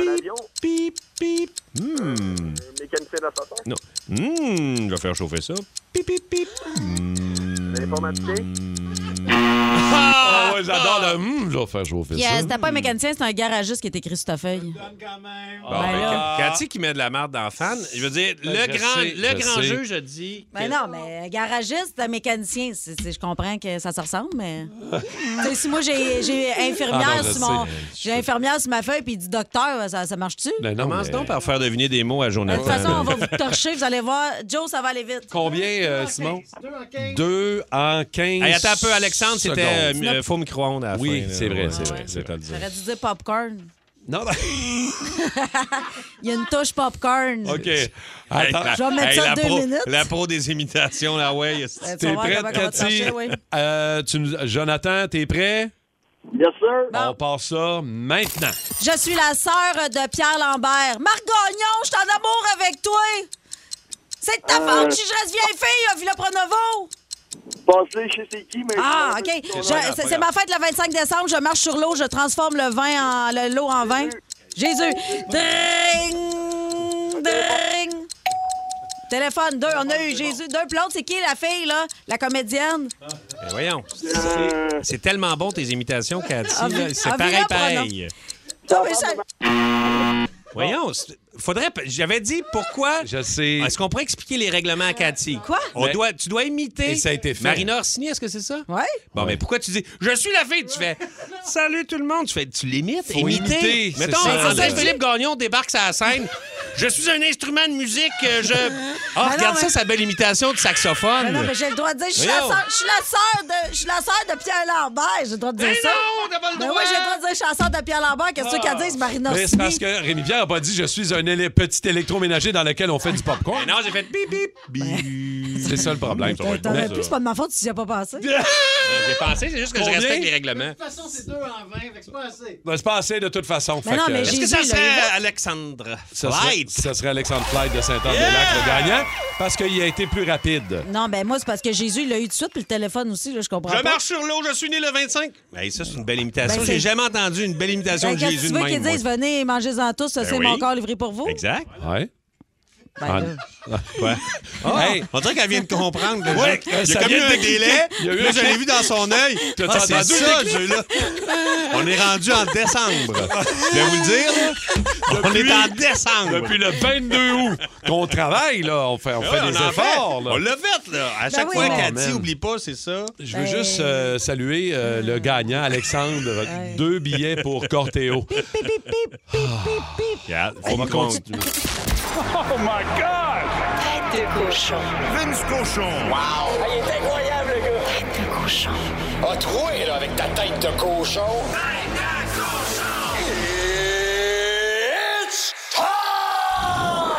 Speaker 11: un avion,
Speaker 2: Pip, pip. Hmm.
Speaker 11: un mécanicien d'ascenseur,
Speaker 2: Non. Hum, je vais faire chauffer ça.
Speaker 3: [LAUGHS]
Speaker 2: Pip, pip, pip.
Speaker 11: un informaticien,
Speaker 3: Ah, ouais, j'adore le. Hum,
Speaker 2: hmm,
Speaker 3: je vais faire chauffer
Speaker 5: Puis, euh,
Speaker 3: ça.
Speaker 5: c'était pas un mécanicien, c'était un garagiste qui était écrit sur ta feuille.
Speaker 2: Bon,
Speaker 5: Ben
Speaker 2: mais
Speaker 5: là.
Speaker 2: Ka- Cathy qui met de la merde dans fan, je veux dire,
Speaker 12: Ben,
Speaker 2: le
Speaker 3: Ben, je
Speaker 2: grand,
Speaker 3: sais,
Speaker 2: le
Speaker 3: je
Speaker 2: grand
Speaker 3: sais.
Speaker 2: jeu, je dis.
Speaker 5: Ben non,
Speaker 3: [LAUGHS]
Speaker 5: mais garagiste, un mécanicien, c'est- c'est- je comprends que ça se ressemble,
Speaker 3: [LAUGHS]
Speaker 5: mais. Tu sais, si moi j'ai j'ai infirmière
Speaker 3: Ah non, je
Speaker 5: sur mon.
Speaker 3: sais.
Speaker 5: J'ai infirmière sur ma feuille puis il dit docteur, ça, ça marche-tu? De
Speaker 3: Ben non,
Speaker 2: Commence
Speaker 3: mais-
Speaker 2: donc par faire deviner des mots à Jonathan.
Speaker 5: toute façon, on va vous torcher, vous allez voir. Joe, ça va aller vite.
Speaker 3: Combien, euh, Simon? 2 en 15.
Speaker 2: Hey, attends un peu, Alexandre, c'était
Speaker 3: secondes.
Speaker 2: euh, euh, faux micro-ondes à la
Speaker 3: Oui,
Speaker 2: fin, là.
Speaker 3: c'est vrai,
Speaker 2: Ouais,
Speaker 3: c'est vrai,
Speaker 2: ouais.
Speaker 3: c'est vrai.
Speaker 2: à dire.
Speaker 5: J'aurais dû dire popcorn.
Speaker 3: Non, ben- non.
Speaker 5: [LAUGHS] Il y a une touche popcorn.
Speaker 3: OK.
Speaker 2: Hey,
Speaker 3: Attends.
Speaker 2: la-
Speaker 5: Je vais mettre ça
Speaker 2: la
Speaker 5: deux
Speaker 2: pro-
Speaker 5: minutes.
Speaker 2: La pro des imitations, là, ouais. y a-
Speaker 5: Euh, tu vas
Speaker 3: T'es
Speaker 5: voir
Speaker 3: prête,
Speaker 5: comment- comment tu
Speaker 3: Cathy?
Speaker 5: marchais, oui.
Speaker 3: Euh, tu nous- Jonathan, t'es prêt?
Speaker 11: yes sir,
Speaker 5: Bon.
Speaker 3: On part ça maintenant.
Speaker 5: Je suis la sœur de Pierre Lambert. Marc Gagnon, je suis en amour avec toi. C'est de ta faute si je reste vieille fille, à Villa Pronovo.
Speaker 11: passer chez c'est qui, mais...
Speaker 5: Ah, OK. Je-
Speaker 3: grave,
Speaker 5: C'est
Speaker 3: pas
Speaker 5: c'est ma fête le 25 décembre. Je marche sur l'eau, je transforme le vin en le- l'eau en vin. Jésus. Dring, dring. Téléphone, deux. On a eu Jésus. Deux. Puis l'autre, c'est qui la fille, là? La comédienne?
Speaker 2: Ben voyons,
Speaker 3: Euh.
Speaker 2: c'est- c'est tellement bon tes imitations, Cathy.
Speaker 5: Ah, vi-
Speaker 2: là, C'est
Speaker 5: ah,
Speaker 2: pareil,
Speaker 5: vira
Speaker 2: pareil.
Speaker 5: Non, mais ça-
Speaker 2: Voyons, c'est- faudrait. J'avais dit pourquoi.
Speaker 3: Je sais.
Speaker 2: Est-ce qu'on pourrait expliquer les règlements à Cathy?
Speaker 5: Quoi?
Speaker 2: On
Speaker 3: Mais-
Speaker 2: doit, tu dois imiter.
Speaker 3: Et ça a été fait.
Speaker 2: Marina Orsini, est-ce que c'est ça?
Speaker 5: Ouais.
Speaker 2: Bon, mais pourquoi tu dis Je suis la fille? Tu fais Salut tout le monde. Tu fais Tu l'imites.
Speaker 3: Faut imiter, c'est
Speaker 2: Mettons,
Speaker 3: ça.
Speaker 2: André
Speaker 5: C'est ça,
Speaker 2: Philippe Gagnon débarque sa scène. Je suis un instrument de musique.
Speaker 5: [LAUGHS]
Speaker 2: euh, Je. Ah,
Speaker 5: non,
Speaker 2: regarde ça,
Speaker 5: mais-
Speaker 2: sa belle imitation de saxophone.
Speaker 5: Mais Ah non, mais j'ai le droit de dire, je suis la
Speaker 2: Voyons.
Speaker 5: sœur, je suis la sœur de, je suis la sœur de Pierre Lambert. J'ai le droit de dire
Speaker 2: Mais
Speaker 5: ça.
Speaker 2: non, t'as pas le
Speaker 5: Mais
Speaker 2: droit. Ah.
Speaker 5: oui, j'ai le droit de dire, je suis la sœur de Pierre Lambert. Qu'est-ce que tu veux qu'elle dise, Marina
Speaker 3: Mais c'est parce que Rémi Pierre a pas dit je suis un élé- petit électroménager dans lequel on fait du popcorn.
Speaker 2: Non, j'ai fait bip bip.
Speaker 3: C'est ça le problème.
Speaker 5: Ben, T'aurais
Speaker 3: Ben,
Speaker 5: pu, c'est pas de ma faute si j'y ai pas
Speaker 2: [LAUGHS]
Speaker 5: pensé.
Speaker 2: J'ai pensé, c'est juste que
Speaker 3: Combien?
Speaker 2: je respecte les règlements.
Speaker 13: façon, c'est deux en 20, fait que c'est pas assez.
Speaker 3: Ben, C'est pas assez de toute façon.
Speaker 13: Mais
Speaker 3: fait
Speaker 13: non,
Speaker 3: que- euh,
Speaker 13: mais
Speaker 2: Est-ce que
Speaker 13: Jésus,
Speaker 2: ça
Speaker 13: là,
Speaker 2: serait
Speaker 13: il va-
Speaker 2: Alexandre
Speaker 3: Ce serait,
Speaker 2: Flight?
Speaker 3: ce serait Alexandre Flight de Saint-Anne-des-Lacs le gagnant parce qu'il a été plus rapide.
Speaker 5: Non, ben moi, c'est parce que Jésus, il l'a eu tout de suite, puis le téléphone aussi, là, je comprends
Speaker 2: Je
Speaker 5: pas.
Speaker 2: marche sur l'eau, je suis né le 25. Ben, ça, c'est une belle imitation.
Speaker 5: Ben, c'est-
Speaker 2: J'ai jamais entendu une belle imitation
Speaker 5: Ben,
Speaker 2: de
Speaker 5: qu'est-ce que
Speaker 2: Jésus
Speaker 5: tu
Speaker 2: de
Speaker 5: veux
Speaker 2: même.
Speaker 5: qu'ils
Speaker 2: moi.
Speaker 5: disent? Venez, mangez-en tous, c'est
Speaker 2: oui.
Speaker 5: mon corps livré pour vous.
Speaker 2: Exact.
Speaker 3: Ouais.
Speaker 5: Ben,
Speaker 2: Ouais. Ah, On dirait qu'elle vient de comprendre. le
Speaker 3: Ouais,
Speaker 2: jeu. il y
Speaker 3: ça
Speaker 2: a comme eu
Speaker 3: vient
Speaker 2: un
Speaker 3: de-
Speaker 2: délai.
Speaker 3: Il y a eu
Speaker 2: Là,
Speaker 3: un-
Speaker 2: je l'ai vu dans son œil.
Speaker 3: T'as
Speaker 2: Ah, c'est
Speaker 3: entendu le
Speaker 2: ça, le
Speaker 3: déclic?
Speaker 2: jeu-là. On est rendu en décembre. Je vais vous le dire. là. On est en décembre.
Speaker 3: Depuis le 22 août qu'on travaille, là, on fait, on
Speaker 2: Ouais,
Speaker 3: fait
Speaker 2: Ah, on
Speaker 3: des
Speaker 2: en
Speaker 3: efforts.
Speaker 2: fait.
Speaker 3: là.
Speaker 2: On l'a fait, là. À
Speaker 5: Ben
Speaker 2: chaque
Speaker 5: oui, Ben.
Speaker 2: fois
Speaker 5: mais-
Speaker 2: qu'elle dit,
Speaker 3: man.
Speaker 2: oublie pas, c'est ça.
Speaker 3: Je veux juste euh, saluer euh,
Speaker 5: ah.
Speaker 3: le
Speaker 5: [LAUGHS]
Speaker 3: gagnant, Alexandre. Deux billets pour Ah. Corteo.
Speaker 5: pip, pip, pip, pip, pip, pip.
Speaker 2: on va continuer.
Speaker 13: Oh my God! Tête de cochon. Vince cochon. Wow! il est incroyable, le gars. Tête de cochon. A troué, là, avec ta tête de cochon. Tête de cochon! It's time!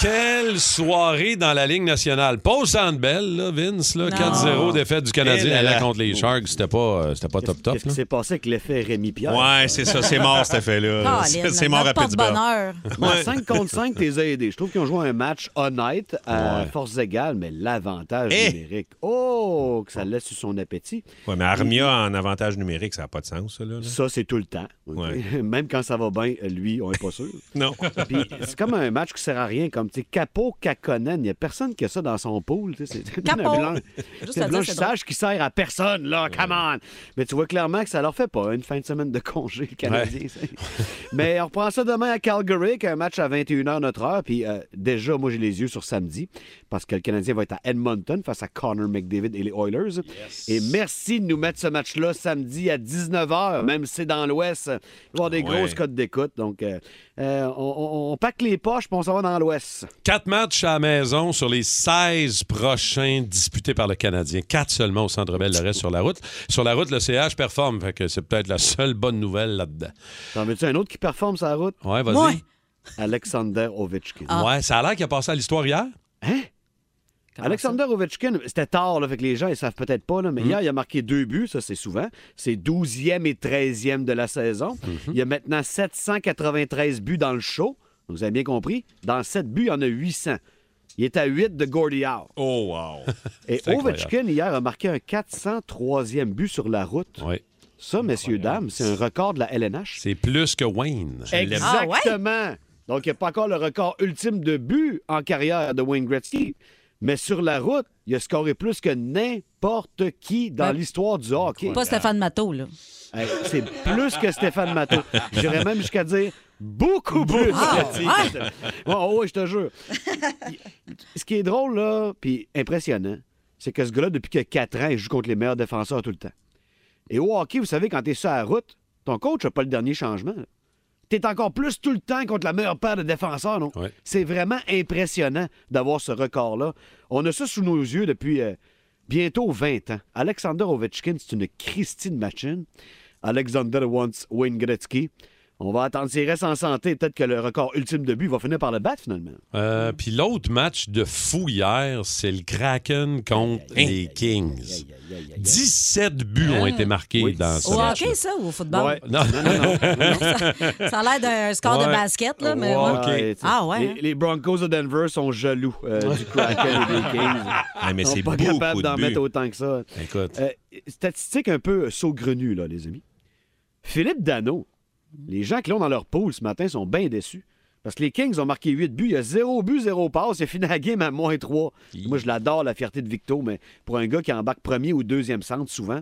Speaker 3: Quelle soirée dans la Ligue nationale. Pas au Centre Bell, là, Vince. là,
Speaker 5: Non.
Speaker 3: 4-0 défaite du Canadien
Speaker 2: Eh là
Speaker 3: à
Speaker 2: là.
Speaker 3: contre les Sharks. C'était pas, euh, c'était pas top top.
Speaker 13: Qu'est-ce qui
Speaker 3: là.
Speaker 13: s'est passé avec l'effet Rémi Pierre?
Speaker 2: Ouais, c'est ça. C'est mort, cet effet-là.
Speaker 5: [LAUGHS] Colin,
Speaker 2: C'est c'est mort à
Speaker 5: notre
Speaker 2: Pittsburgh.
Speaker 5: porte-bonheur.
Speaker 2: Ouais.
Speaker 13: 5 contre 5, t'es aidé. Je trouve qu'ils ont joué un match honnête à force égale, mais l'avantage
Speaker 2: Eh!
Speaker 13: numérique, oh, que ça laisse sur son appétit.
Speaker 2: Ouais, mais Armia en avantage numérique, ça n'a pas de sens, ça, là. là.
Speaker 13: Ça, c'est tout le temps.
Speaker 5: [LAUGHS]
Speaker 13: ok? [LAUGHS]
Speaker 2: Ouais.
Speaker 13: Même quand ça va bien, lui, on n'est pas sûr.
Speaker 2: [LAUGHS] Non.
Speaker 13: Puis c'est comme un match qui sert à rien, comme tu sais, Capo Kakonen, il n'y a personne qui a ça dans son pool. tu sais, C'est
Speaker 5: Capo.
Speaker 13: [LAUGHS] un blanc-
Speaker 5: Juste
Speaker 13: c'est
Speaker 5: à
Speaker 13: un
Speaker 5: dire,
Speaker 13: blanchissage qui sert à personne, là, come on! Mais tu vois clairement que ça leur fait pas une fin de semaine de congé, le Canadien. ça. Mais on reprend ça demain à Calgary, avec un match à 21h notre heure. Puis euh, déjà, moi, j'ai les yeux sur samedi, parce que le Canadien va être à Edmonton face à Connor McDavid et les Oilers. Et merci de nous mettre ce match-là samedi à 19h, même si c'est dans l'Ouest. Il va y avoir des
Speaker 2: Ouais.
Speaker 13: grosses cotes d'écoute. Donc, euh, euh, on, on- on pack les poches, puis on s'en va dans l'Ouest.
Speaker 3: Quatre matchs à la maison sur les 16 prochains disputés par le Canadien. Quatre seulement au Centre Bell, le reste sur la route. Sur la route, le CH performe, fait que c'est peut-être la seule bonne nouvelle là-dedans.
Speaker 13: T'en veux-tu un autre qui performe sa route?
Speaker 3: Ouais, vas-y.
Speaker 5: Ouais.
Speaker 13: Alexander Ovechkin.
Speaker 3: Ouais, ça a l'air qu'il a passé à l'histoire hier.
Speaker 13: Ah. Hein? Alexander Ovechkin, c'était tard, là, fait que les gens ils savent peut-être pas, là, mais
Speaker 3: Mhm.
Speaker 13: hier, il a marqué deux buts, ça c'est souvent. C'est 12e et 13e de la saison.
Speaker 3: Mhm.
Speaker 13: Il y a maintenant 793 buts dans le show. Vous avez bien compris? Dans 7 buts, il y en a 800. Il est à 8 de Gordie Howe.
Speaker 2: Oh, wow.
Speaker 13: [LAUGHS] Et
Speaker 3: C'est incroyable.
Speaker 13: Ovechkin, hier, a marqué un 403e but sur la route.
Speaker 3: Oui.
Speaker 13: Ça, messieurs, dames, c'est un record de la LNH.
Speaker 3: C'est plus que Wayne.
Speaker 5: Ah,
Speaker 13: Exactement. Donc, il n'y a pas encore le record ultime de buts en carrière de Wayne Gretzky. Mais sur la route, il a scoré plus que n'importe qui dans
Speaker 5: Ben,
Speaker 13: l'histoire du hockey.
Speaker 5: Pas Stéphane Matteau, là.
Speaker 13: Hey, c'est plus que Stéphane Matteau. J'irais même jusqu'à dire beaucoup plus.
Speaker 5: Ah,
Speaker 13: que
Speaker 5: ouais?
Speaker 13: Stéphane. Ouais, oh, ouais, je te jure. Ce qui est drôle, là, puis impressionnant, c'est que ce gars-là, depuis que 4 ans, il joue contre les meilleurs défenseurs tout le temps. Et au hockey, vous savez, quand t'es sur la route, ton coach n'a pas le dernier changement. là. T'es encore plus tout le temps contre la meilleure paire de défenseurs, non?
Speaker 3: Ouais.
Speaker 13: C'est vraiment impressionnant d'avoir ce record-là. On a ça sous nos yeux depuis euh, bientôt 20 ans. Alexander Ovechkin, c'est une Christine machine. Alexander wants Wayne Gretzky. On va attendre s'il reste en santé. Peut-être que le record ultime de but il va finir par le battre, finalement.
Speaker 3: Euh, Puis l'autre match de fou hier, c'est le Kraken contre les Kings. 17 buts ont été marqués dans ce
Speaker 5: Ah. Au
Speaker 3: match.
Speaker 5: hockey, ça, ou au football?
Speaker 13: Ouais.
Speaker 3: Non,
Speaker 5: [LAUGHS] Ça a l'air d'un score de
Speaker 3: Ouais.
Speaker 5: basket, là, mais.
Speaker 3: Ouais.
Speaker 5: ouais.
Speaker 3: OK.
Speaker 13: Ouais, tu sais,
Speaker 5: Ah ouais,
Speaker 13: Les,
Speaker 5: hein?
Speaker 13: les Broncos de Denver sont jaloux euh, du Kraken et
Speaker 3: [LAUGHS]
Speaker 13: des Kings.
Speaker 2: Ah, mais
Speaker 13: Ils sont
Speaker 2: c'est
Speaker 13: pas
Speaker 2: beaucoup
Speaker 13: capables d'en
Speaker 2: de buts.
Speaker 13: mettre autant que ça.
Speaker 3: Écoute,
Speaker 13: Euh, statistique un peu saugrenue, là, les amis. Philippe Dano, les gens qui l'ont dans leur pool ce matin sont bien déçus. Parce que les Kings ont marqué 8 buts. Il y a 0 but, 0 passe. Il a fini la game à moins 3. Moi, je l'adore, la fierté de Victo, mais pour un gars qui embarque premier ou deuxième centre souvent,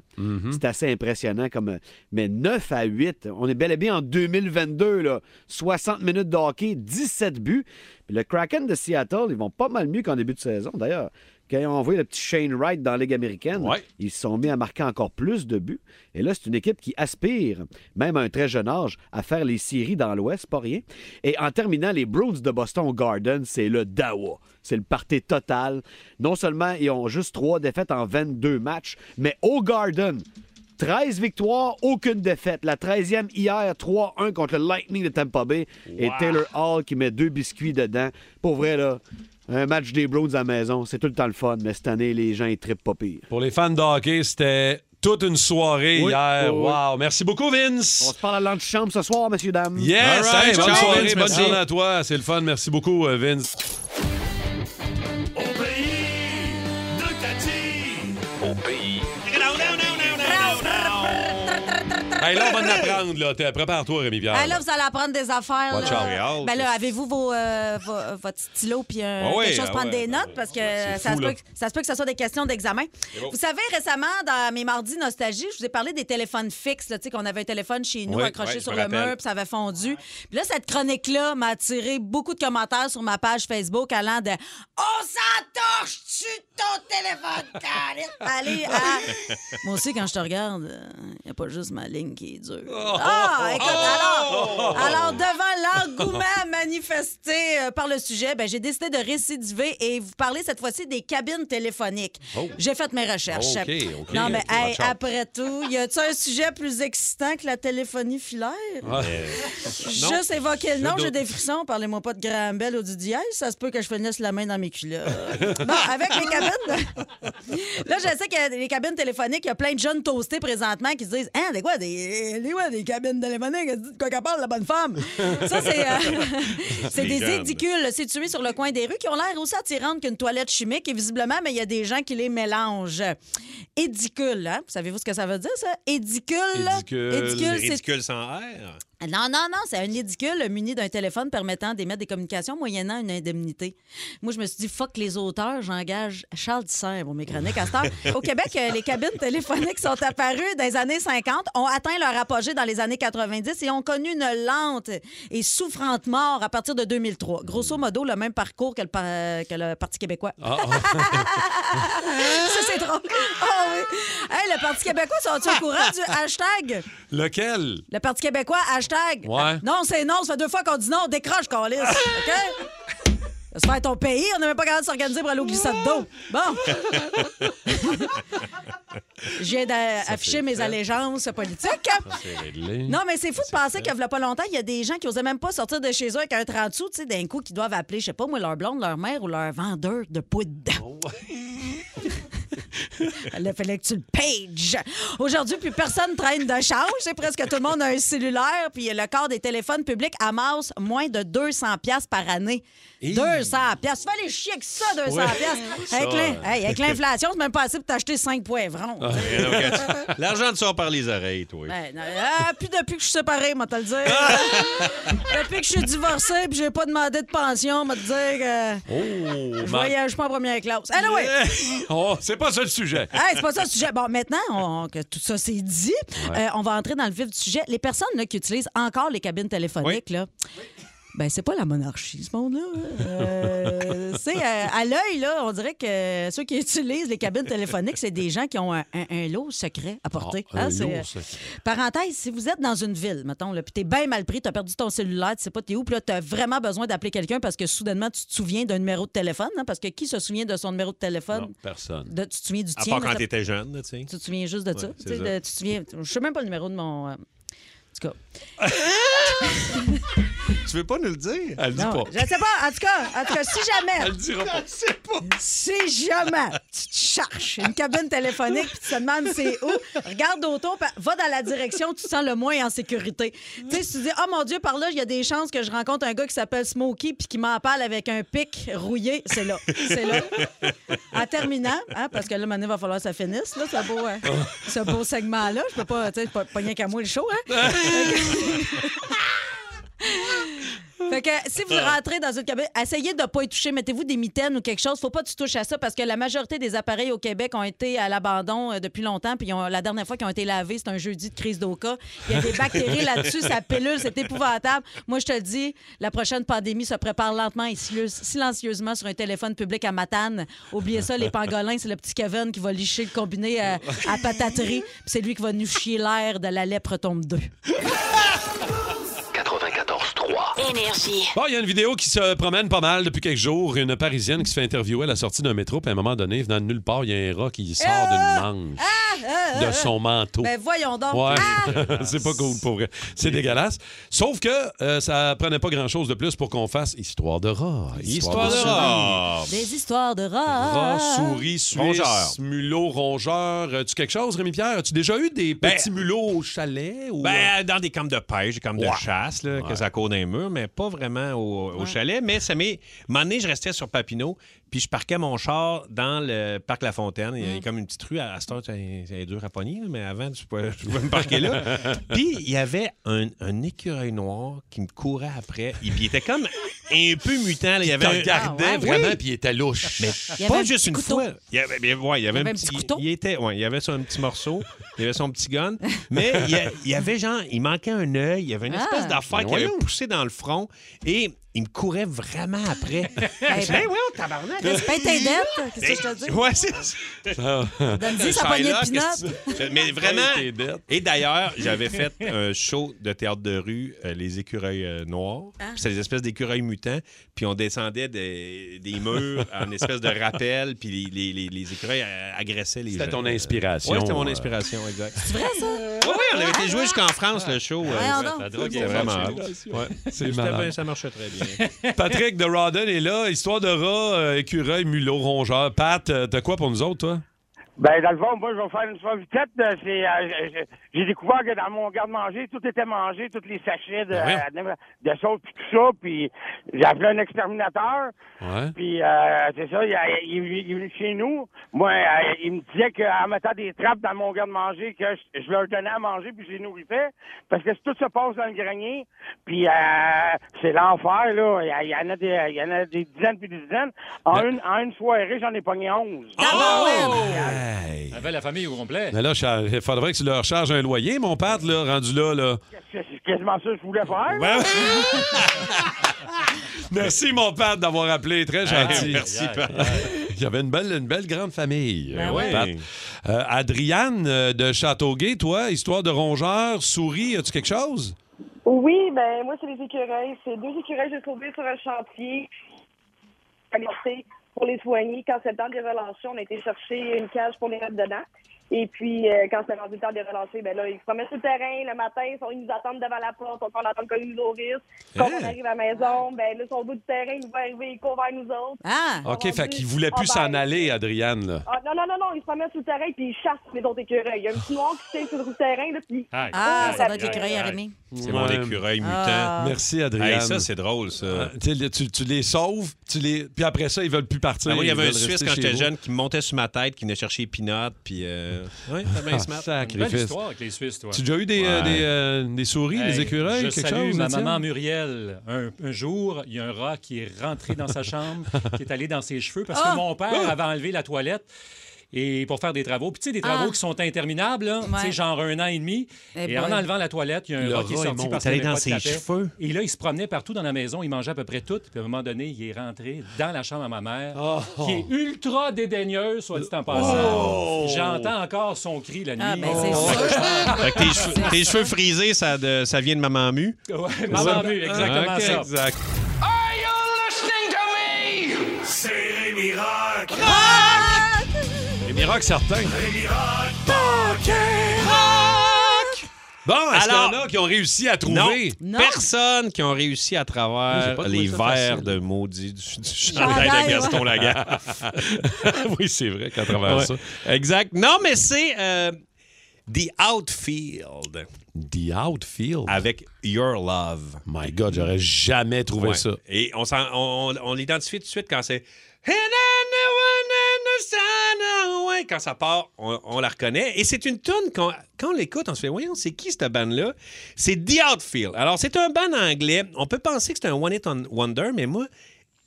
Speaker 13: c'est assez impressionnant. comme Mais 9 à 8, on est bel et bien en 2022. Là. 60 minutes de hockey, 17 buts. Puis Le Kraken de Seattle, ils vont pas mal mieux qu'en début de saison. D'ailleurs, Quand ils ont envoyé le petit Shane Wright dans la Ligue américaine, ils se sont mis à marquer encore plus de buts. Et là, c'est une équipe qui aspire, même à un très jeune âge, à faire les séries dans l'Ouest, pas rien. Et en terminant, les Bruins de Boston au Garden, c'est le Dawa. C'est le party total. Non seulement ils ont juste trois défaites en 22 matchs, mais au Garden, 13 victoires, aucune défaite. La 13e hier, 3-1 contre le Lightning de Tampa Bay et
Speaker 14: Wow.
Speaker 13: Taylor Hall qui met deux biscuits dedans. Pour vrai, là, un match des Browns à la maison, c'est tout le temps le fun, mais cette année, les gens, ils trippent pas pire.
Speaker 3: Pour les fans de hockey, c'était toute une soirée
Speaker 13: Oui,
Speaker 3: hier.
Speaker 13: oui, oui.
Speaker 3: Wow. Merci beaucoup, Vince.
Speaker 13: On se parle à l'antichambre ce soir, messieurs, dames.
Speaker 3: Yes! hey, bonne
Speaker 13: Ciao,
Speaker 3: soirée,
Speaker 13: Vince,
Speaker 3: bonne
Speaker 13: merci.
Speaker 3: journée à toi. C'est le fun. Merci beaucoup, euh, Vince.
Speaker 6: Au pays de Cathy. Au pays.
Speaker 3: Hey, là, on va en apprendre. là. T'es- Prépare-toi, Rémi-Pierre.
Speaker 5: Ah, là, vous allez apprendre des affaires.
Speaker 3: Watch
Speaker 5: là.
Speaker 3: out.
Speaker 5: Ben là, avez-vous vos, euh, vo- votre stylo puis euh,
Speaker 3: Ah ouais,
Speaker 5: quelque chose
Speaker 3: ah
Speaker 5: pour prendre des
Speaker 3: ouais.
Speaker 5: notes parce que ça,
Speaker 3: fou,
Speaker 5: se
Speaker 3: là.
Speaker 5: peut que ça se peut que ce soit des questions d'examen.
Speaker 3: C'est bon.
Speaker 5: Vous savez, récemment, dans mes mardis nostalgie, je vous ai parlé des téléphones fixes, là, tu sais, qu'on avait un téléphone chez nous
Speaker 15: Ouais,
Speaker 5: accroché
Speaker 15: ouais, je
Speaker 5: sur
Speaker 15: me
Speaker 5: le
Speaker 15: rappelle.
Speaker 5: mur puis ça avait fondu. Puis là, cette chronique-là m'a attiré beaucoup de commentaires sur ma page Facebook allant de Oh, On s'entorche-tu de ton téléphone, Karen? Allez, à- Moi aussi, quand je te regarde, il n'y a pas juste ma ligne qui est dure. Ah, écoute,
Speaker 15: Oh!
Speaker 5: alors, alors devant l'engouement [LAUGHS] manifesté euh, par le sujet, ben, j'ai décidé de récidiver et vous parler cette fois-ci des cabines téléphoniques.
Speaker 15: Oh.
Speaker 5: J'ai fait mes recherches.
Speaker 15: Ok, ok,
Speaker 5: non, mais
Speaker 15: ok,
Speaker 5: hey,
Speaker 15: watch out.
Speaker 5: après tout, y a-t-il un sujet plus excitant que la téléphonie filaire? Juste évoquer le nom, j'ai des frissons. Parlez-moi pas de Graham Bell ou du dièse. Ça se peut que je finisse la main dans mes
Speaker 15: [LAUGHS]
Speaker 5: culottes. bon, avec les cabines... [LAUGHS] Là, je sais que les cabines téléphoniques, il y a plein de jeunes toastés présentement qui se disent « Hein, des quoi, des, des quoi, des cabines téléphoniques? Elle dit de quoi qu'elle parle, la bonne femme? » Ça, c'est
Speaker 15: [LAUGHS]
Speaker 2: [LAUGHS]
Speaker 5: euh, c'est
Speaker 15: Les
Speaker 5: des
Speaker 15: jeunes.
Speaker 5: édicules situés sur le coin des rues qui ont l'air aussi attirantes qu'une toilette chimique. Et visiblement, mais il y a des gens qui les mélangent. Édicule, hein? Savez-vous ce que ça veut dire, ça? Édicule.
Speaker 2: Ridicule.
Speaker 5: Édicule, c'est
Speaker 2: Ridicule sans R.
Speaker 5: non, non, non, c'est un édicule muni d'un téléphone permettant d'émettre des communications moyennant une indemnité. Moi, je me suis dit, fuck les auteurs, j'engage Charles Disser pour mes chroniques à cette heure. Au Québec, euh, les cabines téléphoniques sont apparues dans les années 50, ont atteint leur apogée dans les années 90 et ont connu une lente et souffrante mort à partir de 2003. Grosso modo, le même parcours que le, par- euh, que le Parti québécois.
Speaker 2: Ah,
Speaker 5: [LAUGHS] Ça, c'est drôle. Ah oui. Hey, le Parti québécois, sont-ils au courant du hashtag?
Speaker 3: Lequel?
Speaker 5: Le Parti québécois, hashtag.
Speaker 3: Ouais.
Speaker 5: Non, c'est non. Ça fait deux fois qu'on dit non. Décroche, Carlis. OK? Ça se fait à ton pays. On n'est même pas capable de s'organiser pour aller au glissade d'eau.
Speaker 6: [LAUGHS]
Speaker 5: Bon. Je viens d'afficher mes allégeances politiques.
Speaker 3: C'est réglé.
Speaker 5: Non, mais c'est fou de penser qu'il n'y a pas longtemps, il y a des gens qui n'osaient même pas sortir de chez eux avec un 30 sous, tu sais, d'un coup, qui doivent appeler, je sais pas moi, leur blonde, leur mère ou leur vendeur de poudre.
Speaker 2: Oh,
Speaker 5: [LAUGHS] Il fallait que tu le pages. Aujourd'hui, plus personne traîne de charge. C'est presque tout le monde a un cellulaire. Puis le corps des téléphones publics amasse moins de 200 piastres par année. 200 piastres. Tu vas aller chier que ça, 200
Speaker 2: Ouais.
Speaker 5: piastres.
Speaker 2: Ça,
Speaker 5: Avec l'in-
Speaker 2: euh.
Speaker 5: hey, avec l'inflation, c'est même pas assez pour t'acheter 5 poivrons.
Speaker 2: Ah, mais [LAUGHS] non, quand tu- L'argent te sort par les oreilles, toi.
Speaker 5: Ben, non, ah, puis depuis que je suis séparée, moi, te
Speaker 15: [LAUGHS]
Speaker 5: le dire. depuis que je suis divorcée puis j'ai pas demandé de pension, moi, te dire que
Speaker 3: Oh,
Speaker 5: je
Speaker 3: ma-
Speaker 5: voyage pas en première classe. Anyway!
Speaker 3: Oh, c'est pas ça le sujet.
Speaker 5: [LAUGHS] Hey, c'est pas ça le sujet. Bon, maintenant on- que tout ça c'est dit,
Speaker 3: Ouais.
Speaker 5: euh, on va entrer dans le vif du sujet. Les personnes là, qui utilisent encore les cabines téléphoniques, là, ben c'est pas la monarchie, ce monde-là. hein. Euh, c'est
Speaker 2: Ah,
Speaker 5: euh, à l'œil, là, on dirait que ceux qui [LAUGHS] utilisent les cabines téléphoniques, c'est des gens qui ont un, un- un lot secret à porter.
Speaker 15: Ah, un
Speaker 5: c'est,
Speaker 15: lot
Speaker 5: euh,
Speaker 15: secret.
Speaker 5: Parenthèse, si vous êtes dans une ville, mettons, là, puis t'es bien mal pris, t'as perdu ton cellulaire, tu sais pas t'es où, puis là, t'as vraiment besoin d'appeler quelqu'un parce que soudainement, tu te souviens d'un numéro de téléphone, hein, parce que qui se souvient de son numéro de téléphone?
Speaker 3: Personne.
Speaker 5: De- tu te souviens du
Speaker 2: À
Speaker 5: tien,
Speaker 2: part
Speaker 5: mais
Speaker 2: quand
Speaker 5: t'as-
Speaker 2: t'étais jeune, là, tu sais.
Speaker 5: tu te souviens juste de
Speaker 2: Ouais,
Speaker 5: ça.
Speaker 2: c'est
Speaker 5: tu sais,
Speaker 2: ça.
Speaker 5: de- tu te souviens, je sais même pas le numéro de mon. euh, en tout cas.
Speaker 2: Tu veux pas nous le dire? Elle dit
Speaker 5: Non, Je sais pas. En tout cas, en tout cas
Speaker 2: [LAUGHS]
Speaker 5: si jamais.
Speaker 2: Oh. Elle le dira pas. Je sais
Speaker 5: pas. Si jamais tu te cherches une cabine téléphonique puis tu te demandes c'est où, regarde autour, pa- va dans la direction où tu te sens le moins en sécurité. Tu sais, si tu dis, oh mon Dieu, par là, il y a des chances que je rencontre un gars qui s'appelle Smokey puis qui m'en parle avec un pic rouillé, c'est là. C'est
Speaker 2: [LAUGHS]
Speaker 5: là. En terminant, hein, parce que là, maintenant, il va falloir que ça finisse, là, ce beau, euh, [LAUGHS] ce beau segment-là. Je peux pas, tu sais, pas, pas rien qu'à moi le show, hein? Fait que- Fait que si vous rentrez dans une cabine, essayez de ne pas y toucher. Mettez-vous des mitaines ou quelque chose. Faut pas que tu touches à ça parce que la majorité des appareils au Québec ont été à l'abandon euh, depuis longtemps. Puis ils ont- la dernière fois qu'ils ont été lavés, c'est un jeudi de crise d'Oka. Il y a des bactéries là-dessus. Ça pilule, c'est épouvantable. Moi, je te le dis, la prochaine pandémie se prépare lentement et silencieuse- silencieusement sur un téléphone public à Matane. Oubliez ça, les pangolins, c'est le petit Kevin qui va licher le combiné à, à pataterie. Puis c'est lui qui va nous chier l'air de la lèpre tombe 2.
Speaker 1: 94.3. Énergie.
Speaker 3: Bon, il y a une vidéo qui se promène pas mal depuis quelques jours. Une Parisienne qui se fait interviewer à la sortie d'un métro, puis à un moment donné, venant de nulle part, il y a un rat qui sort d'une manche
Speaker 5: Ah,
Speaker 3: de son manteau.
Speaker 5: Euh, Ben voyons donc.
Speaker 3: Ouais,
Speaker 5: Ah!
Speaker 3: [LAUGHS] c'est pas cool pour vrai. C'est dégueulasse. Sauf que euh, ça prenait pas grand-chose de plus pour qu'on fasse histoire de rat.
Speaker 2: Histoire de rat.
Speaker 5: Des histoires de
Speaker 3: Rat,
Speaker 5: rats.
Speaker 3: souris, suisse,
Speaker 2: Rongeur.
Speaker 3: mulot, rongeur. As-tu quelque chose, Rémi Pierre? As-tu déjà eu des petits mulots au chalet? Ou... euh?
Speaker 2: Ben, dans des camps de pêche, des camps de
Speaker 3: Ouais.
Speaker 2: chasse, là, que ça court d'un mur, mais pas vraiment au, au chalet. Mais ça m'est. un moment donné, je restais sur Papineau, puis je parquais mon char dans le parc La Fontaine. Il y a comme une petite rue à à cette heure, c'est c'est dur à pogner, là, mais avant, tu pouvais, je pouvais me parquer là. puis il y avait un, un écureuil noir qui me courait après. Il, puis il était comme un peu mutant. là. Il y
Speaker 3: Il
Speaker 2: avait
Speaker 3: te
Speaker 2: un-
Speaker 3: regardait
Speaker 2: Ah ouais,
Speaker 3: vraiment,
Speaker 2: oui.
Speaker 3: puis il était louche.
Speaker 5: Il y avait
Speaker 2: Pas
Speaker 5: un
Speaker 2: juste
Speaker 5: petit
Speaker 2: une
Speaker 5: couteau.
Speaker 2: fois. Il y avait, bien, ouais, il y avait un petit, couteau. Il, était, ouais, il y avait son petit morceau, il y avait son petit gun, mais il y, a- il y avait genre, il manquait un œil, il y avait une
Speaker 5: Ah.
Speaker 2: espèce d'affaire
Speaker 3: Ben
Speaker 2: qui avait
Speaker 3: voyons.
Speaker 2: poussé dans le front et il me courait vraiment
Speaker 5: [LAUGHS]
Speaker 2: après.
Speaker 5: Eh
Speaker 3: Ben,
Speaker 2: Je
Speaker 5: ben,
Speaker 12: Ben,
Speaker 2: me suis dit, Hey, ouais, tabarnak!
Speaker 5: Respecte tes dettes. Qu'est-ce que je te dis?
Speaker 2: Ouais, c'est ça.
Speaker 5: Donne-y sa poignée de pinottes.
Speaker 2: Mais vraiment.
Speaker 3: Tes dettes.
Speaker 2: Et d'ailleurs, j'avais fait un show de théâtre de rue, euh, les écureuils euh, noirs.
Speaker 5: Ah.
Speaker 2: Puis C'est des espèces d'écureuils mutants. Puis on descendait des,
Speaker 5: [LAUGHS]
Speaker 2: des murs en espèce de rappel. Puis les, les- les- les écureuils euh, agressaient les gens.
Speaker 3: C'était ton inspiration.
Speaker 2: Ouais, c'était mon
Speaker 3: euh,
Speaker 2: inspiration, exact.
Speaker 5: C'est vrai, ça?
Speaker 2: Oui, oui, on avait été joué jusqu'en France, le show. euh,
Speaker 5: Voyons donc.
Speaker 2: la drogue, c'était vraiment hot. Ouais.
Speaker 3: C'est
Speaker 2: C'était
Speaker 3: malade.
Speaker 2: bien, ça marchait très bien.
Speaker 3: [LAUGHS] Patrick de Rodden est là. Histoire de rat, euh, écureuil, mulot, rongeur. Pat, euh, t'as quoi pour nous autres, toi?
Speaker 14: Ben, dans le fond, moi, je vais faire une suavitette. euh, c'est, euh, je- je- J'ai découvert que dans mon garde-manger, tout était mangé, tous les sachets de, euh, de sauce, puis tout ça. Puis j'ai appelé un exterminateur.
Speaker 3: Ouais.
Speaker 14: Puis euh, c'est ça, il, a- il, il est venu chez nous. Moi, euh, il me disait qu'en mettant des trappes dans mon garde-manger, que je, je leur donnais à manger, puis je les nourrissais. Parce que tout se passe dans le grenier, puis euh, c'est l'enfer, là. Il y a- il y, en a des, il y en a des dizaines puis des dizaines. En, une, en une soirée, j'en ai pogné 11.
Speaker 3: Hey.
Speaker 4: Avec la famille au complet.
Speaker 3: Mais là, cha- il faudrait que tu leur charges un loyer, mon Pat, là, rendu là. là.
Speaker 14: C'est c'est quasiment ça que je voulais faire.
Speaker 3: Ben- Merci, mon Pat, d'avoir appelé. Très gentil.
Speaker 2: Hey, merci, Pat.
Speaker 3: Il y avait une belle, une belle grande famille,
Speaker 2: Ben
Speaker 3: euh,
Speaker 2: ouais.
Speaker 3: Pat. Euh, Adriane euh, de Châteauguay, toi, histoire de rongeur, souris, as-tu quelque chose?
Speaker 15: Oui, ben moi c'est les écureuils. C'est deux écureuils que j'ai trouvés sur un chantier. Allez, Pour les soigner, quand c'est le temps de les relâcher, on a été chercher une cage pour les mettre dedans. Et puis, euh, quand c'est rendu le temps de les relâcher, ben là, ils se promènent sur le terrain. Le matin, ils, sont, ils nous attendent devant la porte. Donc, on attend qu'ils nous nourrissent. Quand on
Speaker 3: Hein?
Speaker 15: arrive à la maison, ben là, ils sont au bout du terrain, ils nous voient arriver, ils courent vers nous autres.
Speaker 5: Ah! ben,
Speaker 3: OK, fait
Speaker 15: qu'ils
Speaker 3: qu'il voulait plus s'en aller, Adriane, là.
Speaker 15: Ah, non, non, non, non, ils se promènent sur le terrain puis ils chassent les autres écureuils. Il y a un petit noir qui tient sur le terrain, là, puis...
Speaker 3: Aïe.
Speaker 5: Ah, ça
Speaker 15: Oh,
Speaker 5: doit être
Speaker 15: la-
Speaker 5: l'écureuil à Rémi.
Speaker 2: C'est mon
Speaker 3: Ouais.
Speaker 2: écureuil mutant.
Speaker 5: Ah.
Speaker 3: Merci, Adriane.
Speaker 2: Hey, ça, c'est drôle,
Speaker 3: Ah,
Speaker 2: ça.
Speaker 3: tu, sais, tu- tu les sauves, tu les... puis après ça, ils veulent plus partir.
Speaker 2: Ah oui, il y
Speaker 3: ils
Speaker 2: avait un
Speaker 3: veulent
Speaker 2: Suisse
Speaker 3: rester
Speaker 2: quand
Speaker 3: chez
Speaker 2: j'étais
Speaker 3: vous.
Speaker 2: jeune qui me montait sur ma tête, qui venait chercher Pinot, puis. euh, Oui, t'as bien
Speaker 3: Ah,
Speaker 2: smart.
Speaker 3: sacré.
Speaker 4: Une belle
Speaker 3: Griffith.
Speaker 4: histoire avec les Suisses, toi.
Speaker 3: Tu as déjà eu des, euh,
Speaker 2: Ouais.
Speaker 3: des, euh, des souris,
Speaker 4: Hey,
Speaker 3: des
Speaker 4: je
Speaker 3: écureuils, quelque
Speaker 4: salue
Speaker 3: chose?
Speaker 4: ma
Speaker 3: Étienne?
Speaker 4: maman Muriel. Un, un jour, il y a un rat qui est rentré dans sa
Speaker 2: [LAUGHS]
Speaker 4: chambre, qui est allé dans ses cheveux parce que
Speaker 5: Ah!
Speaker 4: mon père
Speaker 5: Ah!
Speaker 4: avait enlevé la toilette. Et pour faire des travaux. Puis tu sais, des travaux
Speaker 5: Ah.
Speaker 4: qui sont interminables, là, tu
Speaker 5: Ouais.
Speaker 4: sais, genre un an et demi.
Speaker 5: Eh
Speaker 4: et
Speaker 5: boy.
Speaker 4: en enlevant la toilette, il y a un
Speaker 2: Le
Speaker 4: rat qui est
Speaker 2: rat est
Speaker 4: sorti
Speaker 2: monté.
Speaker 4: parce
Speaker 2: Il est
Speaker 4: qu'il
Speaker 2: allé
Speaker 4: avait
Speaker 2: dans
Speaker 4: pas de
Speaker 2: ses
Speaker 4: tapet.
Speaker 2: cheveux.
Speaker 4: Et là, il se promenait partout dans la maison, il mangeait à peu près tout. Puis à un moment donné, il est rentré dans la chambre à ma mère,
Speaker 2: Oh!
Speaker 4: qui est ultra dédaigneuse, soit dit en
Speaker 2: Oh!
Speaker 4: passant. J'entends encore son cri la nuit.
Speaker 5: Ah, ben, c'est sûr.
Speaker 2: Fait que tes cheveux, tes cheveux frisés, ça, de- ça vient de maman mue.
Speaker 4: Ouais,
Speaker 2: Ah,
Speaker 4: maman mue, exactement
Speaker 2: Ok,
Speaker 4: ça.
Speaker 2: Exact.
Speaker 6: Are you listening to me? Ah! C'est Rémi Rock.
Speaker 3: Les miracles certains.
Speaker 6: Rémi Rock. Ah!
Speaker 3: Bon, est-ce
Speaker 2: Alors-
Speaker 3: qu'il y en a qui ont réussi à
Speaker 2: Non,
Speaker 3: trouver?
Speaker 5: Non.
Speaker 2: personne qui ont réussi à
Speaker 3: Moi, j'ai
Speaker 2: travers
Speaker 3: pas trouvé
Speaker 2: les
Speaker 3: ça
Speaker 2: verres
Speaker 3: facile.
Speaker 2: de maudit du, du
Speaker 5: Chandail,
Speaker 2: chandail de Gaston
Speaker 5: ouais.
Speaker 2: [LAUGHS] Lagaffe.
Speaker 3: oui, c'est vrai qu'à travers
Speaker 2: Ouais.
Speaker 3: ça.
Speaker 2: Exact. Non, mais c'est euh, The Outfield
Speaker 3: The Outfield.
Speaker 2: avec Your Love.
Speaker 3: My God, j'aurais jamais trouvé
Speaker 2: Ouais.
Speaker 3: ça.
Speaker 2: Et on, s'en- on- on- on l'identifie tout de suite quand c'est. And I know I non, ouais. Quand ça part, on, on la reconnaît. Et c'est une tune qu'on- quand on l'écoute, on se fait, voyons, c'est qui cette bande-là? C'est The Outfield. Alors, c'est un band anglais. On peut penser que c'est un One Hit on- Wonder, mais moi,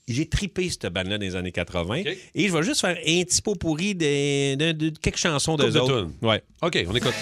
Speaker 2: j'ai tripé cette bande-là dans les années 80. Et je vais juste faire un petit pot pourri des- de, de- de quelques chansons
Speaker 3: Coupe
Speaker 2: d'eux
Speaker 3: de
Speaker 2: autres. Ouais.
Speaker 3: OK, on écoute.